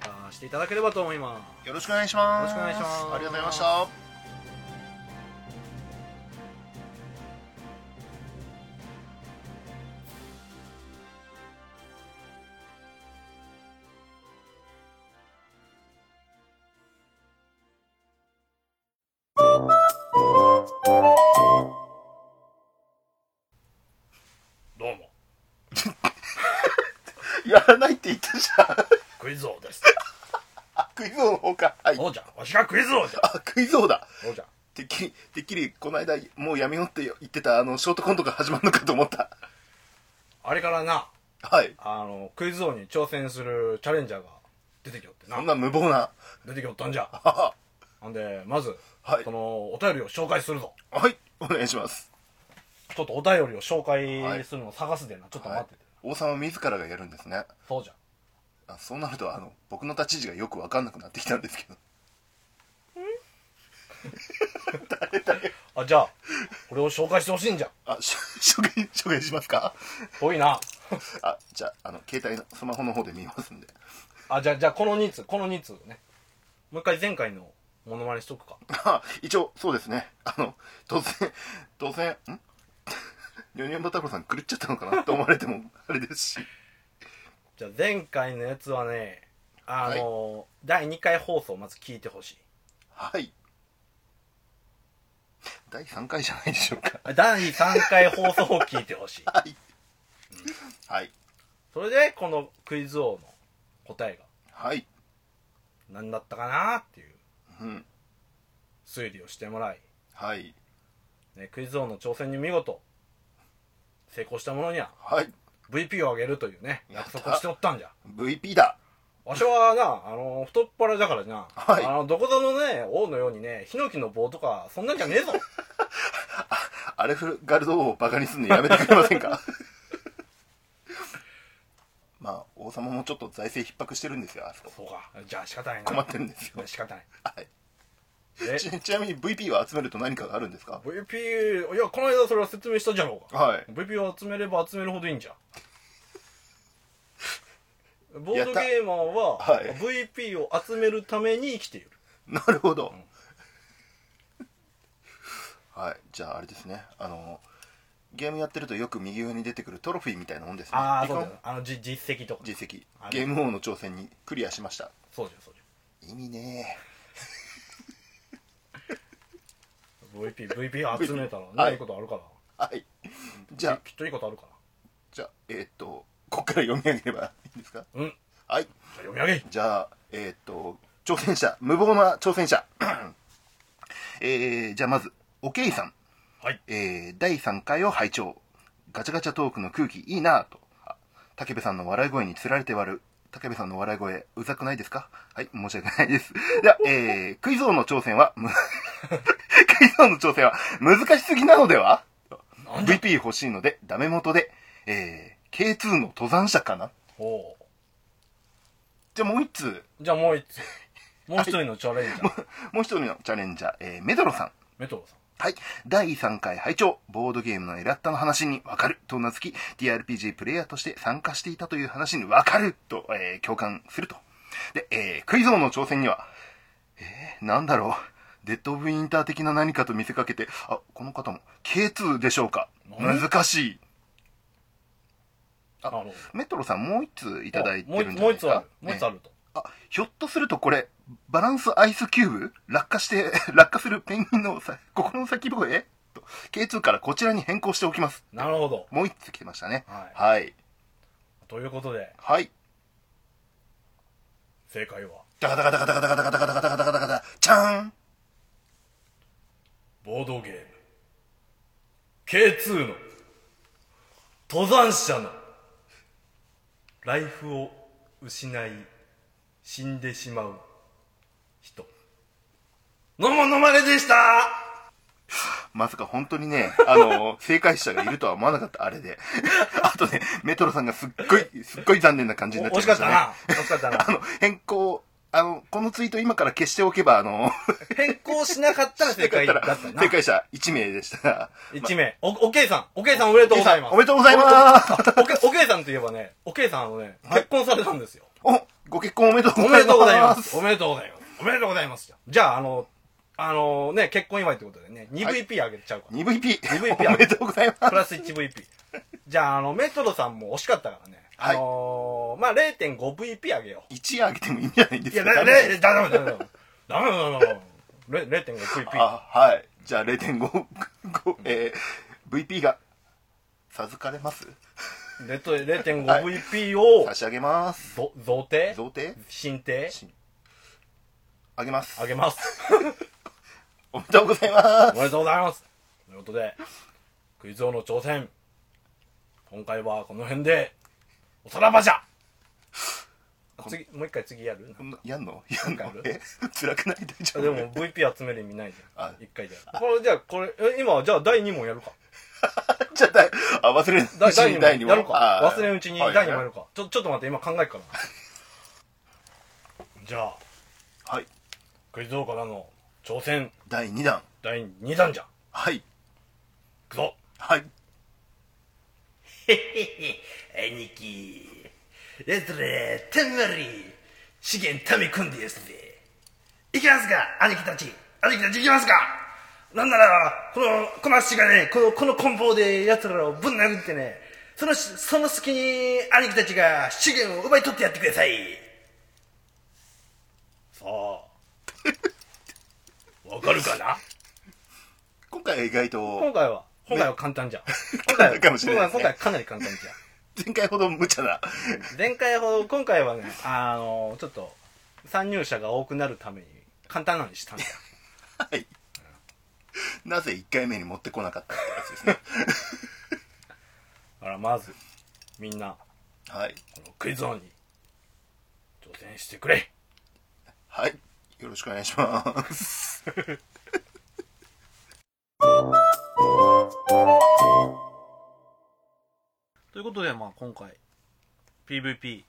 [SPEAKER 1] 参加していただければと思います
[SPEAKER 2] よろしくお願いします。
[SPEAKER 1] よろしくお願いします
[SPEAKER 2] ありがとうございました。
[SPEAKER 1] どうも
[SPEAKER 2] やらないって言ったじゃん。
[SPEAKER 1] クイズ王です
[SPEAKER 2] あ、クイズ王の方か。はい。
[SPEAKER 1] そうじゃわしがクイズ王じゃ
[SPEAKER 2] あ、クイズ王だ。
[SPEAKER 1] そうじゃ
[SPEAKER 2] てっきり、てっきり、この間、もうやめようって言ってた、あの、ショートコントが始まるのかと思った。
[SPEAKER 1] あれからな
[SPEAKER 2] はい。
[SPEAKER 1] あのクイズ王に挑戦するチャレンジャーが出てきよってな
[SPEAKER 2] そんな無謀な。
[SPEAKER 1] 出てきよったんじゃ
[SPEAKER 2] は
[SPEAKER 1] ほんでまず、
[SPEAKER 2] はい
[SPEAKER 1] そのお便りを紹介するぞ
[SPEAKER 2] ははい、お願いします。
[SPEAKER 1] ちょっとお便りを紹介するのを探すでな、ちょっと待ってて、
[SPEAKER 2] 王様自らがやるんですね。
[SPEAKER 1] そうじゃ
[SPEAKER 2] あそうなると、あの、僕の立ち位置がよくわかんなくなってきたんですけど。
[SPEAKER 1] あじゃあこれを紹介してほしいんじゃ
[SPEAKER 2] あ、 し紹介、紹介しますか
[SPEAKER 1] 遠いな
[SPEAKER 2] あ、じゃあ、あの、携帯の、スマホの方で見ますんで。
[SPEAKER 1] あ、じゃあ、じゃあ、この2通、この2通ね。もう一回前回のモノマネしとくか。
[SPEAKER 2] あ一応、そうですね。あの、突然、突然、んニョニョンバタコさん狂っちゃったのかなって思われても、あれですし。
[SPEAKER 1] じゃあ、前回のやつはね、あのー第2回放送をまず聞いてほしい。
[SPEAKER 2] はい。第3回じゃないでしょうか。
[SPEAKER 1] 第3回放送を聞いてほしい。
[SPEAKER 2] はい。はい。
[SPEAKER 1] それで、このクイズ王の答えが
[SPEAKER 2] はい。
[SPEAKER 1] 何だったかなっていう
[SPEAKER 2] うん。
[SPEAKER 1] 推理をしてもらい、
[SPEAKER 2] はい。
[SPEAKER 1] ね、クイズ王の挑戦に見事成功した者には
[SPEAKER 2] はい。
[SPEAKER 1] VP をあげるというね
[SPEAKER 2] やっ
[SPEAKER 1] 約
[SPEAKER 2] た
[SPEAKER 1] 束をしておったんじゃ
[SPEAKER 2] VP だ。
[SPEAKER 1] わしはなあの太っ腹だからな、
[SPEAKER 2] はい
[SPEAKER 1] あのどこぞのね王のようにねヒノキの棒とかそんなんじゃねえぞ
[SPEAKER 2] アレフガルド王をバカにするのやめてくれませんかまあ、王様もちょっと財政逼迫してるんですよ、あそこ。
[SPEAKER 1] そうかじゃあ仕方ないな
[SPEAKER 2] 困ってるんですよ。
[SPEAKER 1] 仕方ない
[SPEAKER 2] はい。
[SPEAKER 1] で
[SPEAKER 2] ち ちなみに VP を集めると何かがあるんですか
[SPEAKER 1] VP いやこの間それは説明したじゃろうが
[SPEAKER 2] はい。
[SPEAKER 1] VP を集めれば集めるほどいいんじ ゃボー
[SPEAKER 2] やっ
[SPEAKER 1] ド
[SPEAKER 2] た
[SPEAKER 1] ゲーマーは
[SPEAKER 2] はい
[SPEAKER 1] VP を集めるために生きている
[SPEAKER 2] なるほど。はい。じゃあ、あれですね。あの、ゲームやってるとよく右上に出てくるトロフィーみたいなもんですね。
[SPEAKER 1] ああ
[SPEAKER 2] いか
[SPEAKER 1] そ
[SPEAKER 2] ん
[SPEAKER 1] うだよあのじ実績とか
[SPEAKER 2] 実績
[SPEAKER 1] あ。の
[SPEAKER 2] ゲーム王の挑戦にクリアしました。
[SPEAKER 1] そうじゃんそうじ
[SPEAKER 2] 意味ね
[SPEAKER 1] ゃん VP, VP 集めたらね、
[SPEAKER 2] はい
[SPEAKER 1] い、いことあるから
[SPEAKER 2] え。はい。じゃあ、
[SPEAKER 1] きっといいことあるか
[SPEAKER 2] じゃあ、えーっと、こっから読み上げればいいんですか
[SPEAKER 1] なうん
[SPEAKER 2] はい。
[SPEAKER 1] じゃあ読み上げ
[SPEAKER 2] じゃあ、えーっと、挑戦者、無謀な挑戦者。 えー、じゃあまず、おけいさん。
[SPEAKER 1] はい
[SPEAKER 2] えー、第3回を拝聴。ガチャガチャトークの空気いいなぁと。あ武部さんの笑い声につられて割る。武部さんの笑い声、うざくないですかはい、申し訳ないです。 では、えー、クイズ王の挑戦は、む クイズ王の挑戦は、難しすぎなのでは
[SPEAKER 1] なんだ
[SPEAKER 2] ?VP 欲しいので、ダメ元で、えー、K2 の登山者かな
[SPEAKER 1] ほ
[SPEAKER 2] じゃあもう一通。
[SPEAKER 1] うじゃあもう一 つもう一人のチャレンジャー、
[SPEAKER 2] もう一人のチャレンジャー、えー、メドロさん。
[SPEAKER 1] メトロさん
[SPEAKER 2] はい。第3回拝聴ボードゲームのエラッタの話にわかるとうなずき、TRPG プレイヤーとして参加していたという話にわかると、えー共感すると。で、えークイズ王の挑戦には、えーなんだろう。デッド・オブ・インター的な何かと見せかけて、あ、この方も、K2 でしょうか
[SPEAKER 1] 何
[SPEAKER 2] 難しい。
[SPEAKER 1] あの
[SPEAKER 2] メトロさん、もう一ついただいて
[SPEAKER 1] もう
[SPEAKER 2] る
[SPEAKER 1] 一
[SPEAKER 2] ん
[SPEAKER 1] つ
[SPEAKER 2] じゃ
[SPEAKER 1] も
[SPEAKER 2] な
[SPEAKER 1] う
[SPEAKER 2] い
[SPEAKER 1] 一つ
[SPEAKER 2] ですか
[SPEAKER 1] あるもう一つあ
[SPEAKER 2] ね
[SPEAKER 1] ると、
[SPEAKER 2] あ、ひょっとするとこれ、バランスアイスキューブ落下して、落下するペンギンのさ心の先っぽへと、K2 からこちらに変更しておきます。
[SPEAKER 1] なるほど
[SPEAKER 2] もう一つ来てましたね。
[SPEAKER 1] はい
[SPEAKER 2] はい。
[SPEAKER 1] ということで
[SPEAKER 2] はい。
[SPEAKER 1] 正解は
[SPEAKER 2] ダカダカダカダカダカダカダカダカダカダカダチャーン
[SPEAKER 1] ボードゲーム K2 の登山者のライフを失い死んでしまう人のものまねでした
[SPEAKER 2] まさか本当にね、あの、正解者がいるとは思わなかった、あれで。あとね、メトロさんがすっごい、すっごい残念な感じになっちゃ
[SPEAKER 1] 惜
[SPEAKER 2] い
[SPEAKER 1] し
[SPEAKER 2] ま
[SPEAKER 1] か
[SPEAKER 2] し
[SPEAKER 1] ったた
[SPEAKER 2] ね。
[SPEAKER 1] な惜しかったな
[SPEAKER 2] あの、変更、あの、このツイート今から消しておけば、あの、
[SPEAKER 1] 変更しなかったら正解だったな
[SPEAKER 2] 正解者1名でした。
[SPEAKER 1] 1名おおけいさんおけいさんおめでとうございます
[SPEAKER 2] おめでとうございます
[SPEAKER 1] おけおけいさんといえばねおけいさんあのね結婚されたんですよ
[SPEAKER 2] お、ご結婚おめでと
[SPEAKER 1] お
[SPEAKER 2] うござ
[SPEAKER 1] め
[SPEAKER 2] います。
[SPEAKER 1] でとうございます。おめでとうございます。おめでとうございます。じゃあ、あの、あのね、結婚祝いってことでね、2VP あげちゃうから。
[SPEAKER 2] 2VP。
[SPEAKER 1] 2VP
[SPEAKER 2] おめでとうございま
[SPEAKER 1] プラス 1VP。じゃあ、あの、メトロさんも惜しかったからね。
[SPEAKER 2] は
[SPEAKER 1] あ
[SPEAKER 2] い
[SPEAKER 1] のー、まあ、0.5VP あげよ
[SPEAKER 2] す。1上げてもいいんじゃないで
[SPEAKER 1] う。い
[SPEAKER 2] す
[SPEAKER 1] や、
[SPEAKER 2] か。
[SPEAKER 1] だ、れ、だ、だめだめだめ。だめだめだめ。れ 0.5VP。
[SPEAKER 2] あ、はい。じゃあ0.5、5えー、VP が授かれます
[SPEAKER 1] レト 0.5VP を
[SPEAKER 2] 差、し上げます。
[SPEAKER 1] ぞ贈呈
[SPEAKER 2] 贈呈
[SPEAKER 1] 進呈
[SPEAKER 2] しあげます
[SPEAKER 1] あ。げます。
[SPEAKER 2] おめでとうございま
[SPEAKER 1] おめでとうございます。ということで、クイズ王の挑戦。今回はこの辺で、おさらばじゃ次、もう一回次やる
[SPEAKER 2] す。やんのやん
[SPEAKER 1] な
[SPEAKER 2] の
[SPEAKER 1] んかある
[SPEAKER 2] え辛くない大丈
[SPEAKER 1] あ
[SPEAKER 2] 夫
[SPEAKER 1] でも VP 集める意味ないじゃ
[SPEAKER 2] あ
[SPEAKER 1] ん。一回で。これじゃあ、これ、え今、じゃあ第2問やるか。
[SPEAKER 2] じゃあ、だいあ、忘れな
[SPEAKER 1] だ
[SPEAKER 2] いうち
[SPEAKER 1] 第
[SPEAKER 2] に
[SPEAKER 1] 2問やる
[SPEAKER 2] あ
[SPEAKER 1] か。
[SPEAKER 2] ー
[SPEAKER 1] 忘れんうちに
[SPEAKER 2] はい
[SPEAKER 1] 第2問やるか。ちょ、ちょっと待って、今考えるから。じゃあ、
[SPEAKER 2] はい。
[SPEAKER 1] クイズ王からの挑戦、
[SPEAKER 2] 第2弾。
[SPEAKER 1] 第2弾じゃん。
[SPEAKER 2] はい。
[SPEAKER 1] くぞ。
[SPEAKER 2] はい。
[SPEAKER 1] 兄貴やつらてんまり資源ため込んでやすぜ行きますか兄貴たち兄貴たち行きますかなんならこのコマッシュがねこのこの棍棒でやつらをぶん殴ってねそのその隙に兄貴たちが資源を奪い取ってやってくださいさあわかるかな
[SPEAKER 2] 今回は意外
[SPEAKER 1] 今
[SPEAKER 2] と、
[SPEAKER 1] 回は今回は簡単じゃん今回は
[SPEAKER 2] かもしれないですね
[SPEAKER 1] 今回はかなり簡単じゃん
[SPEAKER 2] 前回ほど無茶な。
[SPEAKER 1] 前回ほど今回はねあのちょっと参入者が多くなるために簡単なのにしたんだ
[SPEAKER 2] はい。なぜ1回目に持ってこなかったのかってやつですね。
[SPEAKER 4] だからまずみんな
[SPEAKER 2] はい。
[SPEAKER 4] このクイズ王に挑戦してくれ
[SPEAKER 2] はい。よろしくお願いします。
[SPEAKER 1] ということで、まあ、今回 PVP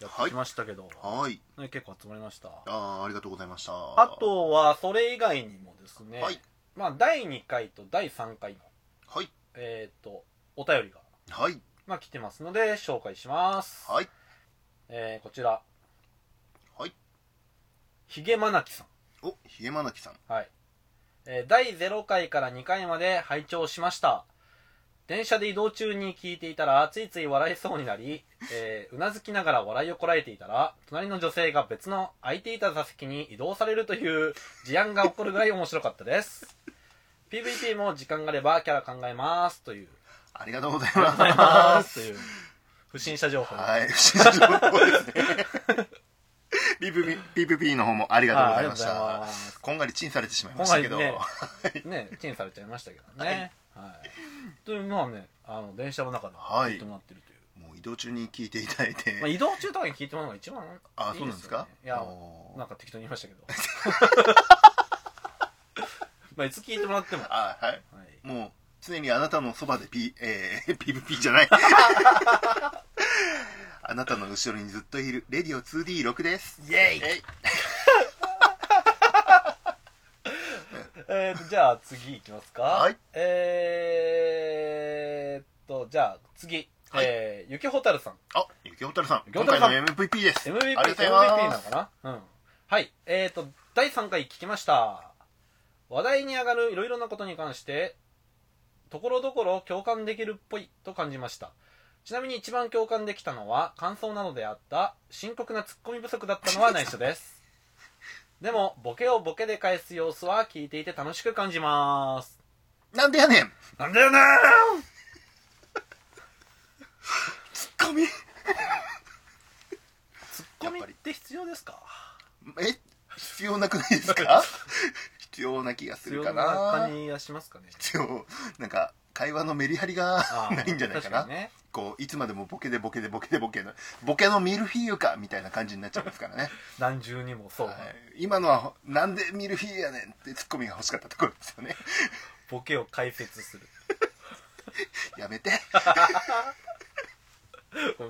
[SPEAKER 1] やってきましたけど、
[SPEAKER 2] はい。
[SPEAKER 1] ね、結構集まりました
[SPEAKER 2] あーありがとうございました。
[SPEAKER 1] あ、とはそれ以外にもですね、
[SPEAKER 2] はい。
[SPEAKER 1] まあ、第2回と第3回の、
[SPEAKER 2] はい。
[SPEAKER 1] えー、とお便りが、
[SPEAKER 2] はい。
[SPEAKER 1] まあ、来てますので紹介します、
[SPEAKER 2] はい。
[SPEAKER 1] えーこちら
[SPEAKER 2] はい
[SPEAKER 1] ひげまなきさ
[SPEAKER 2] お、ひげまなきさん。
[SPEAKER 1] んはい、えー第0回から2回まで拝聴しました電車で移動中に聞いていたらついつい笑いそうになり、えーうなずきながら笑いをこらえていたら隣の女性が別の空いていた座席に移動されるという事案が起こるぐらい面白かったです PVP も時間があればキャラ考えますという
[SPEAKER 2] ありがとうござい
[SPEAKER 1] ございま
[SPEAKER 2] ま
[SPEAKER 1] と
[SPEAKER 2] すす。
[SPEAKER 1] いう不審者情報
[SPEAKER 2] はい。不審者情報ですね。PVP PVP の方もありがとうございまし
[SPEAKER 1] はいありがとうござい
[SPEAKER 2] た
[SPEAKER 1] ま。す
[SPEAKER 2] こんがりチンされてしまいましたけど。
[SPEAKER 1] こん がりねねチンされちゃいましたけどねはい、というまあねあの電車の中で
[SPEAKER 2] はい
[SPEAKER 1] 聞いてもらってるという、
[SPEAKER 2] もう移動中に聞いていただいて。
[SPEAKER 1] まあ、移動中とかに聞いてもらうのが一番いいですよ、ね、
[SPEAKER 2] あ、そうなんですか
[SPEAKER 1] いや
[SPEAKER 2] おー
[SPEAKER 1] なんか適当に言いましたけ どまあいつ聞いてもらっても、は
[SPEAKER 2] あ、はい。
[SPEAKER 1] い、
[SPEAKER 2] もう、常にあなたのそばで P、えー、PVP じ ゃない。あなたの後ろにずっといる、レディオ 2D6 です。イェイ
[SPEAKER 1] えーとじゃあ次いきますか
[SPEAKER 2] はい
[SPEAKER 1] えーっとじゃあ次、
[SPEAKER 2] はい
[SPEAKER 1] えー、ゆきほたるさん
[SPEAKER 2] あ、ゆきおたるさん。
[SPEAKER 1] ゆきお
[SPEAKER 2] 今
[SPEAKER 1] たる
[SPEAKER 2] 回
[SPEAKER 1] さ
[SPEAKER 2] の
[SPEAKER 1] ん
[SPEAKER 2] MVP です。
[SPEAKER 1] MVP,
[SPEAKER 2] ありが
[SPEAKER 1] MVP
[SPEAKER 2] とうござい
[SPEAKER 1] な
[SPEAKER 2] ま
[SPEAKER 1] の
[SPEAKER 2] す。
[SPEAKER 1] かなうん。はい。えっ、ー、と、第3回聞きました。話題に上がるいろいろなことに関して、ところどころ共感できるっぽいと感じました。ちなみに一番共感できたのは、感想などであった、深刻なツッコミ不足だったのは内緒です。でも、ボケをボケで返す様子は聞いていて楽しく感じます。
[SPEAKER 2] なんでやねん
[SPEAKER 1] なんだよな
[SPEAKER 2] ツッコミ
[SPEAKER 1] ツッコミ
[SPEAKER 2] や
[SPEAKER 1] っ
[SPEAKER 2] っぱり
[SPEAKER 1] て必要ですか
[SPEAKER 2] え必要なくないです か必要な気がす
[SPEAKER 1] 必
[SPEAKER 2] る
[SPEAKER 1] 要
[SPEAKER 2] か
[SPEAKER 1] な
[SPEAKER 2] な
[SPEAKER 1] 感じがしますかね。
[SPEAKER 2] 必要なんか会話のメリハリが
[SPEAKER 1] あー
[SPEAKER 2] ないんじゃないかな
[SPEAKER 1] 確にね。
[SPEAKER 2] こういつまでもボケでボケでボケでボケのボケのミルフィーユかみたいな感じになっちゃいますからね、
[SPEAKER 1] 何重にもそう。
[SPEAKER 2] はい、今のはなんでミルフィーユやねんってツッコミが欲しかったところですよね
[SPEAKER 1] ボケを解説する
[SPEAKER 2] やめて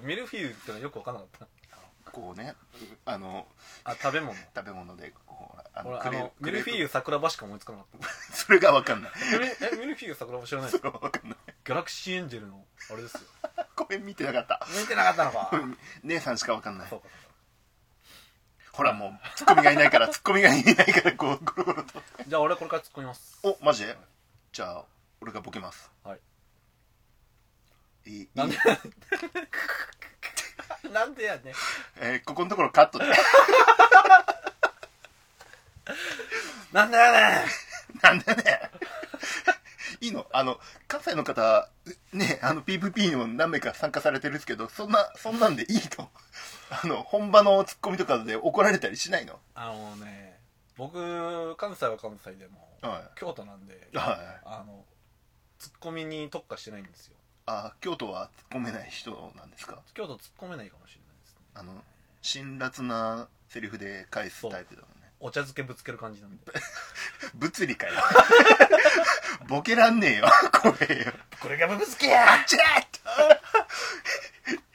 [SPEAKER 1] ミルフィーユってのはよく分かんなかった
[SPEAKER 2] こうねあの
[SPEAKER 1] あ食べ物
[SPEAKER 2] 食べ物でこうあ
[SPEAKER 1] 俺
[SPEAKER 2] の
[SPEAKER 1] あ
[SPEAKER 2] クレー
[SPEAKER 1] の
[SPEAKER 2] プ
[SPEAKER 1] ミルフィーユ桜葉しか思いつかなかっ
[SPEAKER 2] それが分かんない
[SPEAKER 1] たミルえミルフィーユ桜葉知らない
[SPEAKER 2] それは分かんない
[SPEAKER 1] ギャラクシーエンジェルのあれですよ
[SPEAKER 2] ごめん見てなかった
[SPEAKER 1] 見てなかったのか
[SPEAKER 2] 姉さんしか分かんな い
[SPEAKER 1] そうか
[SPEAKER 2] ほらもうツッコミがいないからツッコミがいないからこうゴロゴロと
[SPEAKER 1] じゃあ俺これから突っ込みます
[SPEAKER 2] おマジでじゃあ俺がボケます
[SPEAKER 1] はい
[SPEAKER 2] いいいい
[SPEAKER 1] なんでなんでやね
[SPEAKER 2] えーここのところカットで
[SPEAKER 1] なんだよね
[SPEAKER 2] なんでねいいのあの関西の方ねあの PVP にも何名か参加されてるんですけどそんなそんなんでいいとあの本場のツッコミとかで怒られたりしないの
[SPEAKER 1] あのね僕関西は関西でも
[SPEAKER 2] は
[SPEAKER 1] 京都なんで
[SPEAKER 2] いはい
[SPEAKER 1] あのツッコミに特化してないんですよ
[SPEAKER 2] あ京都は突っ込めない人なんですか
[SPEAKER 1] 京都突っ込めないかもしれないですね
[SPEAKER 2] あの辛辣なセリフで返すタイプだもんね
[SPEAKER 1] お茶漬けぶつける感じなんで
[SPEAKER 2] 物理かよボケらんねえよこれよ
[SPEAKER 1] これがぶぶつけや
[SPEAKER 2] ちゃ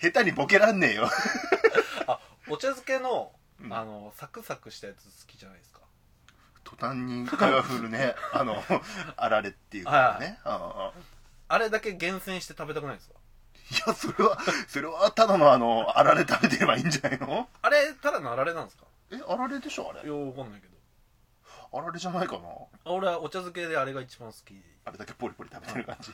[SPEAKER 2] ー下手にボケらんねえよ
[SPEAKER 1] お茶漬けの、
[SPEAKER 2] うん
[SPEAKER 1] あのサクサクしたやつ好きじゃないですか
[SPEAKER 2] 途端に会話振 るねあのあられっていうかねああ
[SPEAKER 1] あれだけ厳選して食べたくないですか
[SPEAKER 2] いやそれはそれはただのあのあられ食べてればいいんじゃないの
[SPEAKER 1] あれただのあられなんですか
[SPEAKER 2] えあられでしょあれ
[SPEAKER 1] ようわかんないけど
[SPEAKER 2] あられじゃないかな
[SPEAKER 1] あ俺はお茶漬けであれが一番好き
[SPEAKER 2] あれだけポリポリ食べてる感じ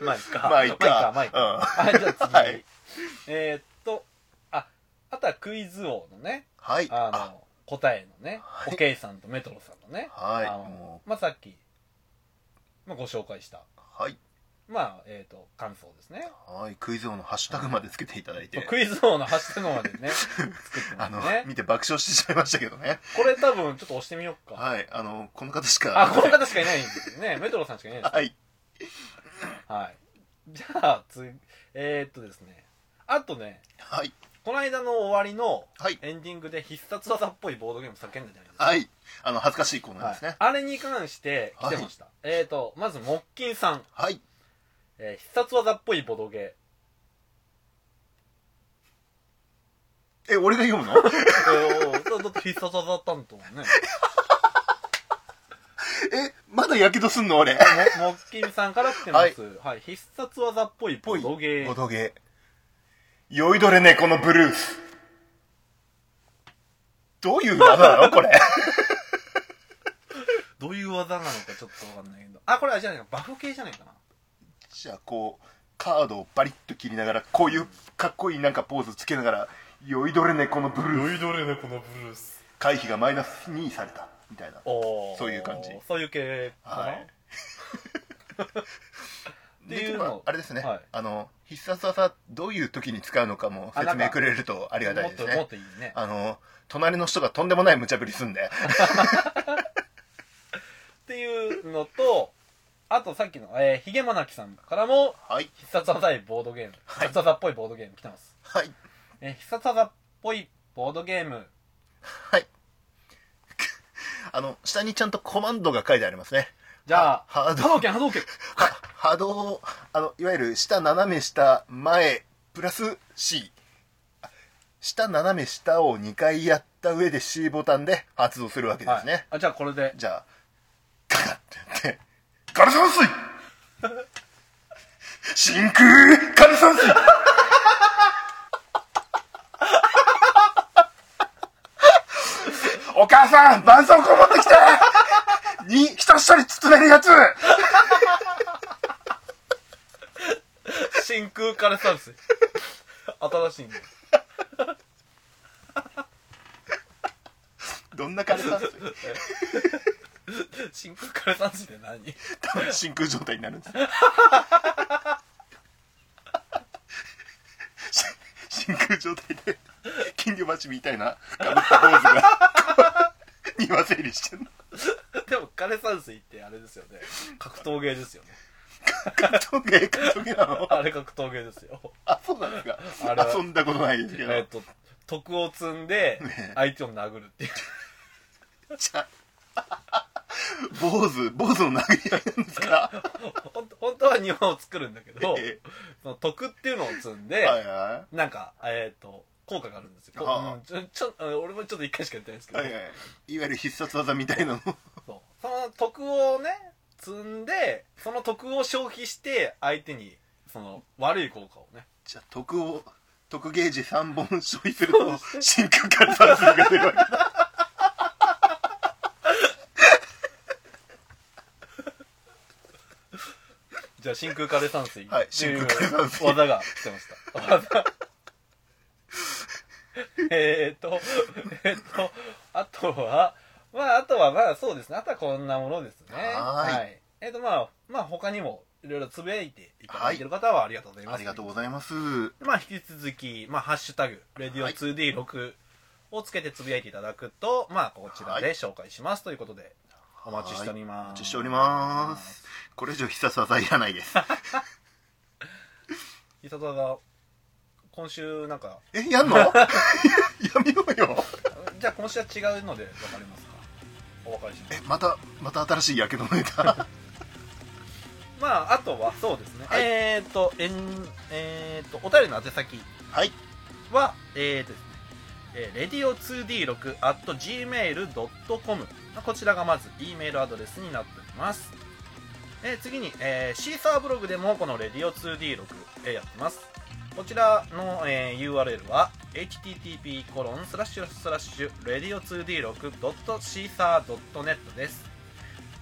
[SPEAKER 1] まあいっか
[SPEAKER 2] まあいっか
[SPEAKER 1] まあいっか
[SPEAKER 2] うん
[SPEAKER 1] まあいっかはいじゃあ次、
[SPEAKER 2] はい
[SPEAKER 1] えーっとああとはクイズ王のね
[SPEAKER 2] はい
[SPEAKER 1] あの
[SPEAKER 2] あ
[SPEAKER 1] 答えのね
[SPEAKER 2] はい
[SPEAKER 1] おけいさんとメトロさんのね、
[SPEAKER 2] はい
[SPEAKER 1] あの
[SPEAKER 2] も
[SPEAKER 1] まあさっき、まあ、ご紹介した
[SPEAKER 2] うはい
[SPEAKER 1] まあ、えっ、と、感想ですね。
[SPEAKER 2] はい、クイズ王のハッシュタグまでつけていただいて、
[SPEAKER 1] クイズ王のハッシュタグまで ね、作ってま
[SPEAKER 2] あ
[SPEAKER 1] す
[SPEAKER 2] の、
[SPEAKER 1] ね。
[SPEAKER 2] 見て爆笑してしまいましたけどね。
[SPEAKER 1] これ多分ちょっと押してみようか。
[SPEAKER 2] はい、あの、この方しか。
[SPEAKER 1] あ、この方しかいないんですよ ね。メトロさんしかいないんですよ
[SPEAKER 2] はい。
[SPEAKER 1] はい。じゃあ、つ、えー、っとですね。あとね、
[SPEAKER 2] はい。
[SPEAKER 1] この間の終わりの
[SPEAKER 2] はい。
[SPEAKER 1] エンディングで必殺技っぽいボードゲーム叫んだじゃないですか。
[SPEAKER 2] はい。あの、恥ずかしいコーナーです
[SPEAKER 1] はい
[SPEAKER 2] ね。
[SPEAKER 1] あれに関して来てました。えー、と、まず、木金さん。
[SPEAKER 2] はい。
[SPEAKER 1] えー必殺技っぽいボド ゲ
[SPEAKER 2] え、俺が読むの
[SPEAKER 1] ー。えーだだって必殺技担当ね。
[SPEAKER 2] え、まだやけどすんの俺。
[SPEAKER 1] も木金さんから来てます。はい、必殺技っぽいボドゲ
[SPEAKER 2] ボ
[SPEAKER 1] ー。
[SPEAKER 2] ドゲー。酔いどれね、このブルース。どういう技なのこれ。
[SPEAKER 1] どういう技なのかちょっとわかんないけど。あ、これあれじゃないか。バフ系じゃないかな。
[SPEAKER 2] じゃあ、こう、カードをバリッと切りながら、こういうかっこいいなんかポーズつけながら、酔いどれね、このブルース。
[SPEAKER 3] 酔いどれねこのブルース
[SPEAKER 2] 回避がマイナス2された。みたいな。
[SPEAKER 1] おー
[SPEAKER 2] そういう感じ
[SPEAKER 1] そういう系かな、
[SPEAKER 2] はい
[SPEAKER 1] ていうの
[SPEAKER 2] できればあれですね、
[SPEAKER 1] はい
[SPEAKER 2] あの必殺技どういう時に使うのかも説明くれるとありがたいです
[SPEAKER 1] もっともっ
[SPEAKER 2] ね
[SPEAKER 1] といいね
[SPEAKER 2] あの隣の人がとんでもない無茶ぶりすんで
[SPEAKER 1] っていうのとあとさっきの、えー、ヒゲマナキさんからも
[SPEAKER 2] はい
[SPEAKER 1] 必殺技っぽいボードゲーム、
[SPEAKER 2] はい
[SPEAKER 1] 必殺技っぽいボードゲーム来てます、
[SPEAKER 2] はい
[SPEAKER 1] えー必殺技っぽいボードゲーム
[SPEAKER 2] はい あの下にちゃんとコマンドが書いてありますね
[SPEAKER 1] じゃあ
[SPEAKER 2] ハー
[SPEAKER 1] 波
[SPEAKER 2] ド
[SPEAKER 1] 動拳波動拳
[SPEAKER 2] は波動あのいわゆる下斜め下前プラス C あ下斜め下を2回やった上で C ボタンで発動するわけ ですね、
[SPEAKER 1] はい、あじゃあこれで
[SPEAKER 2] じゃあ、ガガってやって、ガルサン水真空ガルサン水お母さん絆創膏持ってきてに、ひとしとり包めるやつ
[SPEAKER 1] 真空からサービス 新しいんで
[SPEAKER 2] どんなガルサン水
[SPEAKER 1] 真空からサービスって何
[SPEAKER 2] 多分 真空状態になるんです し真空状態で金魚鉢みたいなかぶったポーズがこう庭整理してるの
[SPEAKER 1] でも枯山水ってあれですよね格闘芸ですよね
[SPEAKER 2] 格闘芸格闘芸なの
[SPEAKER 1] あれ格闘芸ですよ
[SPEAKER 2] あそうなんです
[SPEAKER 1] あれは
[SPEAKER 2] か遊んだことないですけど、
[SPEAKER 1] えっと徳を積んで
[SPEAKER 2] ね
[SPEAKER 1] 相手を殴るっていう
[SPEAKER 2] じゃあ坊主坊主の殴り合いなんですか
[SPEAKER 1] ほん本当は庭を作るんだけど
[SPEAKER 2] え
[SPEAKER 1] その徳っていうのを積ん
[SPEAKER 2] え
[SPEAKER 1] で
[SPEAKER 2] はいは
[SPEAKER 1] なんかえっと効果があるんですよ、こ
[SPEAKER 2] はあ
[SPEAKER 1] うんちょちょあの俺もちょっと一回しかやってないんですけ
[SPEAKER 2] い
[SPEAKER 1] ど、
[SPEAKER 2] はいはいいわゆる必殺技みたいなの
[SPEAKER 1] そうその徳をね積んでその徳を消費して相手にその悪い効果をね
[SPEAKER 2] じゃあ徳を徳ゲージ3本消費すると真空換算数が出るわけだ
[SPEAKER 1] じゃあ真空枯山水
[SPEAKER 2] はい
[SPEAKER 1] っていう
[SPEAKER 2] 真空枯山水
[SPEAKER 1] 技が来てました技 えーっとえーっとあとはまああとはまあそうですねあとはこんなものですね
[SPEAKER 2] はーい
[SPEAKER 1] えーっとまあまあ他にもいろいろつぶやいていただいてる方はありがとうございます、
[SPEAKER 2] ありがとうございます。
[SPEAKER 1] まあ、引き続き、まあ、ハッシュタグ、レディオ 2D6 をつけてつぶやいていただくと、まあ、こちらで紹介しますということで、お待ちしております。
[SPEAKER 2] お待ちしております。これ以上必殺技いらないです。
[SPEAKER 1] 伊佐田が、今週なんか、
[SPEAKER 2] え、やん のやめようよ。
[SPEAKER 1] じゃあ今週は違うので、わかりますかお分かりします。
[SPEAKER 2] え、また、また新しいやけどの ネタ。
[SPEAKER 1] まあ、あとは、そうですね。
[SPEAKER 2] はい
[SPEAKER 1] えーっと、えん、えーっと、お便りの宛先
[SPEAKER 2] はい。
[SPEAKER 1] は、えーっとですね、えー、radio2d6.gmail.com こちらがまず E メールアドレスになっております、えー次に、えーシーサーブログでもこの radio2d6、えーやってますこちらの、えー URL は http コロンスラッシュスラッシュ radio2d6.caesar.net です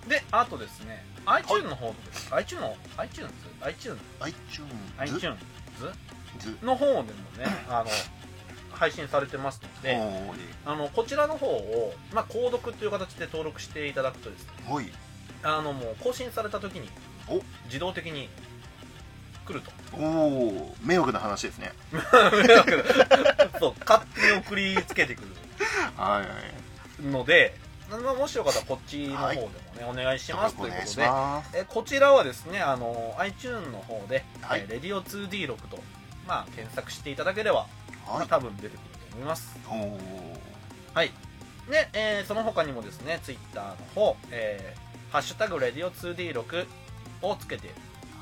[SPEAKER 1] であとですね iTunes の方です、iTunes の iTunes iTunes
[SPEAKER 2] iTunes。
[SPEAKER 1] iTunes の方でもねあの配信されてますので、
[SPEAKER 2] おー
[SPEAKER 1] あのこちらの方を、まあ、購読という形で登録していただくとですね
[SPEAKER 2] おい。
[SPEAKER 1] あのもう更新された時に
[SPEAKER 2] お
[SPEAKER 1] 自動的にると
[SPEAKER 2] おお迷惑な話ですね
[SPEAKER 1] そう勝手に送りつけてく
[SPEAKER 2] はい
[SPEAKER 1] るので、まあ、もしよかったらこっちの方でもね、お願いし
[SPEAKER 2] よろ
[SPEAKER 1] ま
[SPEAKER 2] し
[SPEAKER 1] す
[SPEAKER 2] く
[SPEAKER 1] と
[SPEAKER 2] お
[SPEAKER 1] いう
[SPEAKER 2] 願い
[SPEAKER 1] こと
[SPEAKER 2] し
[SPEAKER 1] で
[SPEAKER 2] ます
[SPEAKER 1] えこちらはですねあの iTune の方で「
[SPEAKER 2] はい
[SPEAKER 1] えーレディオ 2D6 と」まあ、検索していただければ、ま
[SPEAKER 2] は
[SPEAKER 1] あ多分出てくると思います
[SPEAKER 2] いおお
[SPEAKER 1] はいで、えーその他にもですね Twitter の方「えーハッシュタグレディオ 2D6」をつけて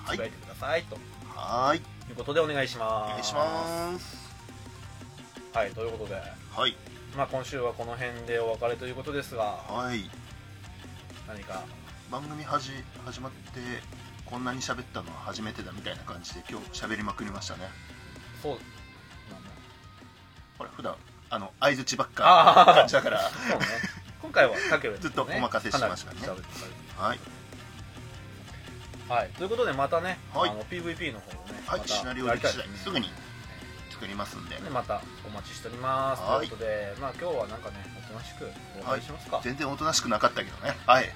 [SPEAKER 2] は
[SPEAKER 1] つぶやい
[SPEAKER 2] い
[SPEAKER 1] てくださいと
[SPEAKER 2] はい
[SPEAKER 1] いうことでお願いし
[SPEAKER 2] お
[SPEAKER 1] ます
[SPEAKER 2] 願いします
[SPEAKER 1] はいということで、
[SPEAKER 2] はい
[SPEAKER 1] まあ、今週はこの辺でお別れということですが
[SPEAKER 2] はい
[SPEAKER 1] 何か
[SPEAKER 2] 番組はじ始まってこんなに喋ったのは初めてだみたいな感じで今日喋りまくりましたね
[SPEAKER 1] そうなんだ
[SPEAKER 2] ほら普段あの相槌ばっか
[SPEAKER 1] ああ
[SPEAKER 2] 感じだから
[SPEAKER 1] そうね今回は武部
[SPEAKER 2] ずっとお任せしましたねはい
[SPEAKER 1] はい、ということでまたね、
[SPEAKER 2] はい
[SPEAKER 1] あの PVP の方をね、
[SPEAKER 2] はい
[SPEAKER 1] また
[SPEAKER 2] シナリオ
[SPEAKER 1] やり
[SPEAKER 2] で
[SPEAKER 1] たい
[SPEAKER 2] 次第すぐに作りますんで
[SPEAKER 1] でまたお待ちしております
[SPEAKER 2] は
[SPEAKER 1] とい
[SPEAKER 2] いう
[SPEAKER 1] ことで、まあ、今日はなんかねおとなしくお話ししますか、
[SPEAKER 2] 全然おとなしくなかったけどねはい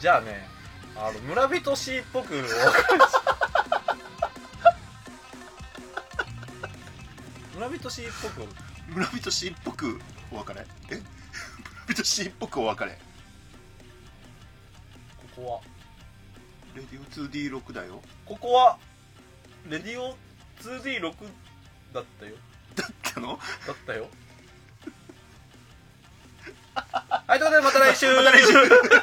[SPEAKER 1] じゃあねあの村人氏っぽく 村人氏っぽく
[SPEAKER 2] 村人氏っぽくお別れえ 村人氏っぽくお別れレ
[SPEAKER 1] ここは
[SPEAKER 2] ディオ 2D6 だよ
[SPEAKER 1] ここはレディオ 2D6 だったよ
[SPEAKER 2] だったの
[SPEAKER 1] だったよはいということでまた来週
[SPEAKER 2] また来週